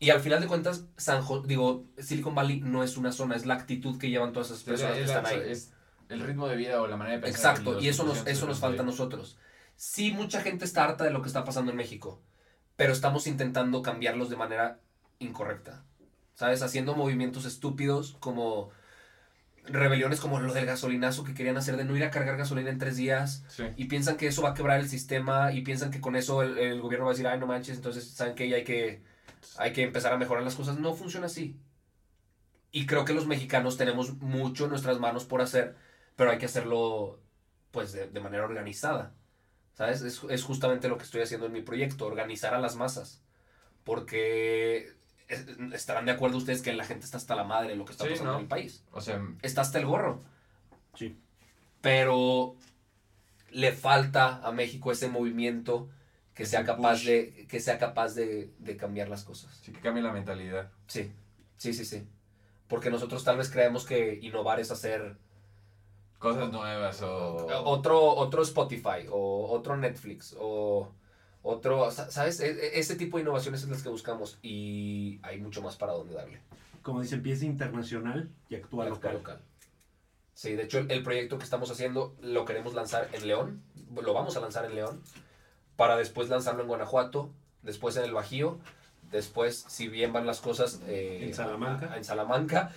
A: Y al final de cuentas, San Jo- digo, Silicon Valley no es una zona, es la actitud que llevan todas esas personas que
D: es,
A: están
D: la-
A: ahí.
D: es el ritmo de vida o la manera de pensar.
A: Exacto,
D: los
A: y eso nos,
D: conceptos
A: eso
D: de
A: nos
D: los
A: falta a nosotros. Sí, mucha gente está harta de lo que está pasando en México, pero estamos intentando cambiarlos de manera incorrecta. ¿Sabes? Haciendo movimientos estúpidos como rebeliones como lo del gasolinazo que querían hacer de no ir a cargar gasolina en tres días
D: Sí.
A: y piensan que eso va a quebrar el sistema y piensan que con eso el, el gobierno va a decir, ay, no manches, entonces saben que hay que, hay que empezar a mejorar las cosas. No funciona así. Y creo que los mexicanos tenemos mucho en nuestras manos por hacer, pero hay que hacerlo pues de, de manera organizada. ¿Sabes? Es, es justamente lo que estoy haciendo en mi proyecto, organizar a las masas. Porque es- estarán de acuerdo ustedes que la gente está hasta la madre de lo que está
D: Sí,
A: pasando
D: ¿no?
A: en el país.
D: O sea,
A: Está hasta el gorro.
B: Sí.
A: Pero le falta a México ese movimiento que sea capaz de que sea capaz de, de cambiar las cosas.
D: sí que cambia la mentalidad.
A: Sí, sí, sí, sí. Porque nosotros tal vez creemos que innovar es hacer
D: Cosas nuevas o...
A: otro, otro Spotify o otro Netflix o otro, sa- ¿sabes? E- e- Ese tipo de innovaciones es las que buscamos y hay mucho más para dónde darle.
B: Como dice, empieza internacional y actúa
A: Actúa
B: local.
A: local. Sí, de hecho el, el proyecto que estamos haciendo lo queremos lanzar en León, lo vamos a lanzar en León, para después lanzarlo en Guanajuato, después en el Bajío, después, si bien van las cosas, eh,
B: En Salamanca.
A: a- en Salamanca,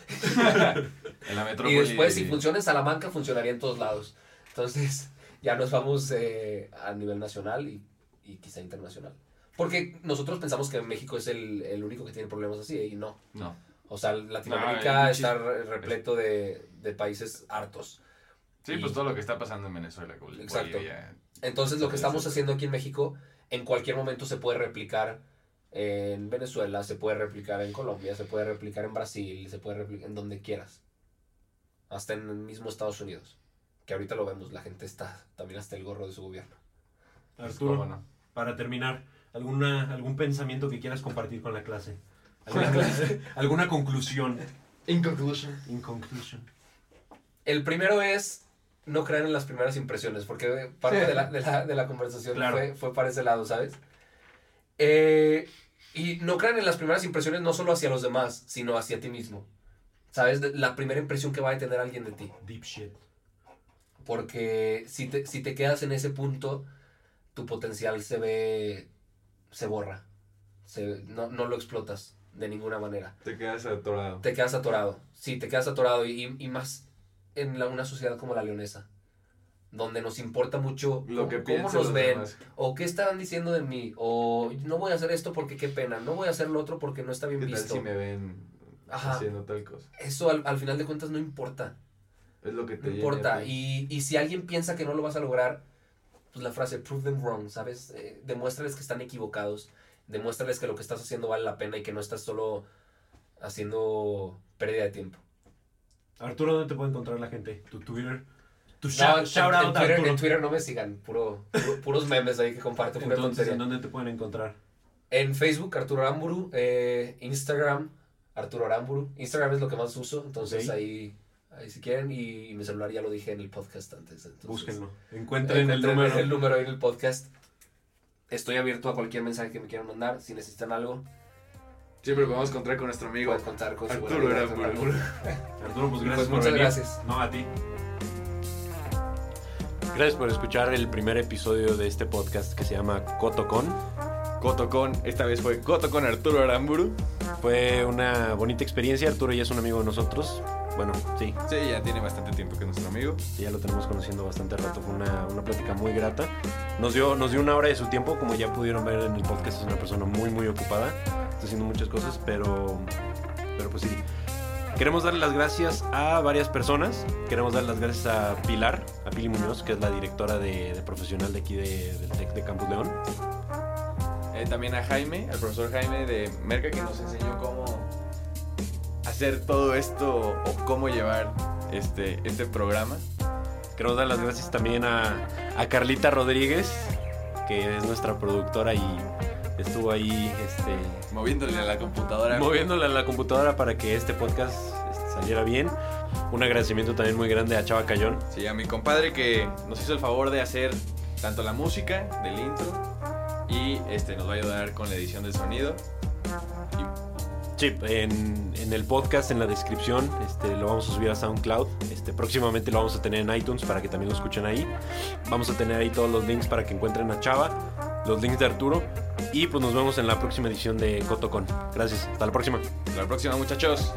D: En la
A: y
D: metrópoli.
A: después si funciona en Salamanca, funcionaría en todos lados. Entonces, ya nos vamos eh, a nivel nacional y, y quizá internacional. Porque nosotros pensamos que México es el, el único que tiene problemas así, ¿eh? y no.
D: No.
A: O sea, Latinoamérica
D: No, hay
A: está re- repleto de, de países hartos.
D: Sí, pues todo lo que está pasando en Venezuela, Col-
A: Exacto.
D: Bolivia.
A: Entonces, lo que estamos
D: Exacto.
A: haciendo aquí en México, en cualquier momento se puede replicar en Venezuela, se puede replicar en Colombia, se puede replicar en Brasil, se puede replicar en donde quieras. Hasta en el mismo Estados Unidos. Que ahorita lo vemos, la gente está también hasta el gorro de su gobierno.
D: pues,
B: Arturo,
D: cómo no.
B: para terminar, ¿alguna, ¿algún pensamiento que quieras compartir con la clase? ¿Alguna, clase? *laughs* ¿alguna conclusión?
C: In conclusion.
B: In conclusion.
A: El primero es no crean en las primeras impresiones, porque parte de, la, de la- de la conversación
B: Claro.
A: fue, fue para ese lado, ¿sabes? Eh, y no crean en las primeras impresiones no solo hacia los demás, sino hacia ti mismo. ¿Sabes? De- La primera impresión que va a tener alguien de ti.
B: Deep shit.
A: Porque si te, si te quedas en ese punto, tu potencial se ve, se borra. Se- no, no lo explotas de ninguna manera.
E: Te quedas atorado.
A: Te quedas atorado. Sí, te quedas atorado. Y, y más en la- una sociedad como la leonesa, donde nos importa mucho
E: Lo
A: cómo-
E: que
A: cómo
E: piensan
A: nos
E: los
A: ven,
E: demás.
A: o qué estarán diciendo de mí, o no voy a hacer esto porque qué pena, no voy a hacer lo otro porque no está bien
E: ¿Qué tal
A: visto.
E: si me ven
A: Ajá.
E: haciendo tal cosa?
A: Eso al- al final de cuentas no importa.
E: Es lo que te pues.
A: No
E: llena a
A: importa.
E: ti.
A: Y, y si alguien piensa que no lo vas a lograr, pues la frase, prove them wrong, ¿sabes? Eh, demuéstrales que están equivocados. Demuéstrales que lo que estás haciendo vale la pena y que no estás solo haciendo pérdida de tiempo.
B: Arturo, ¿dónde te puede encontrar la gente? Tu Twitter. Tu
A: No,
B: shout,
A: en-
B: shout
A: en,
B: out,
A: Twitter,
B: Arturo.
A: en Twitter no me sigan, puro, puro- puros memes ahí que comparto. pura
B: Entonces,
A: tontería.
B: ¿en dónde te pueden encontrar?
A: En Facebook, Arturo Aramburu. eh, Instagram, Arturo Aramburu. Instagram es lo que más uso, entonces
B: Ok.
A: ahí, ahí si quieren. Y, y mi celular ya lo dije en el podcast antes. Entonces,
B: Búsquenlo. Encuentren el
A: Encuentren
B: número.
A: el número ahí en el podcast. Estoy abierto a cualquier mensaje que me quieran mandar. Si necesitan algo,
D: Siempre podemos contar con nuestro amigo.
A: pueden contar con su buena
D: Arturo
A: vida,
D: era
A: Arturo.
D: muy-
B: Arturo, pues gracias
A: Pues,
B: por
A: muchas
B: venir.
A: gracias.
B: No, a ti. Gracias por escuchar el primer episodio de este podcast que se llama Cotocon.
E: Cotocon, esta vez fue Cotocon Arturo Aramburu.
B: Fue una bonita experiencia. Arturo ya es un amigo de nosotros. Bueno, sí,
E: Sí, ya tiene bastante tiempo que es nuestro amigo.
B: ya lo tenemos conociendo bastante rato. Fue una, una plática muy grata. Nos dio, nos dio una hora de su tiempo. Como ya pudieron ver en el podcast, es una persona muy, muy ocupada. Está haciendo muchas cosas, pero, pero pues sí. Queremos darle las gracias a varias personas. Queremos darle las gracias a Pilar, a Pili Muñoz, que es la directora de, de profesional de aquí de- del TEC de Campus León.
E: Eh, también a Jaime, al profesor Jaime de Merca, que nos enseñó cómo hacer todo esto o cómo llevar este, este programa.
B: Queremos dar las gracias también a, a Carlita Rodríguez, que es nuestra productora y estuvo ahí este,
E: Moviéndole a la computadora.
B: moviéndole a la computadora para que este podcast este, saliera bien. Un agradecimiento también muy grande a Chava Cayón.
E: Sí, a mi compadre que nos hizo el favor de hacer tanto la música del intro y este nos va a ayudar con la edición del sonido. Y
B: Sí, en, en el podcast, en la descripción, este, lo vamos a subir a SoundCloud. Este, próximamente lo vamos a tener en iTunes para que también lo escuchen ahí. Vamos a tener ahí todos los links para que encuentren a Chava, los links de Arturo. Y pues nos vemos en la próxima edición de Cotocon. Gracias, hasta la próxima.
E: Hasta la próxima, muchachos.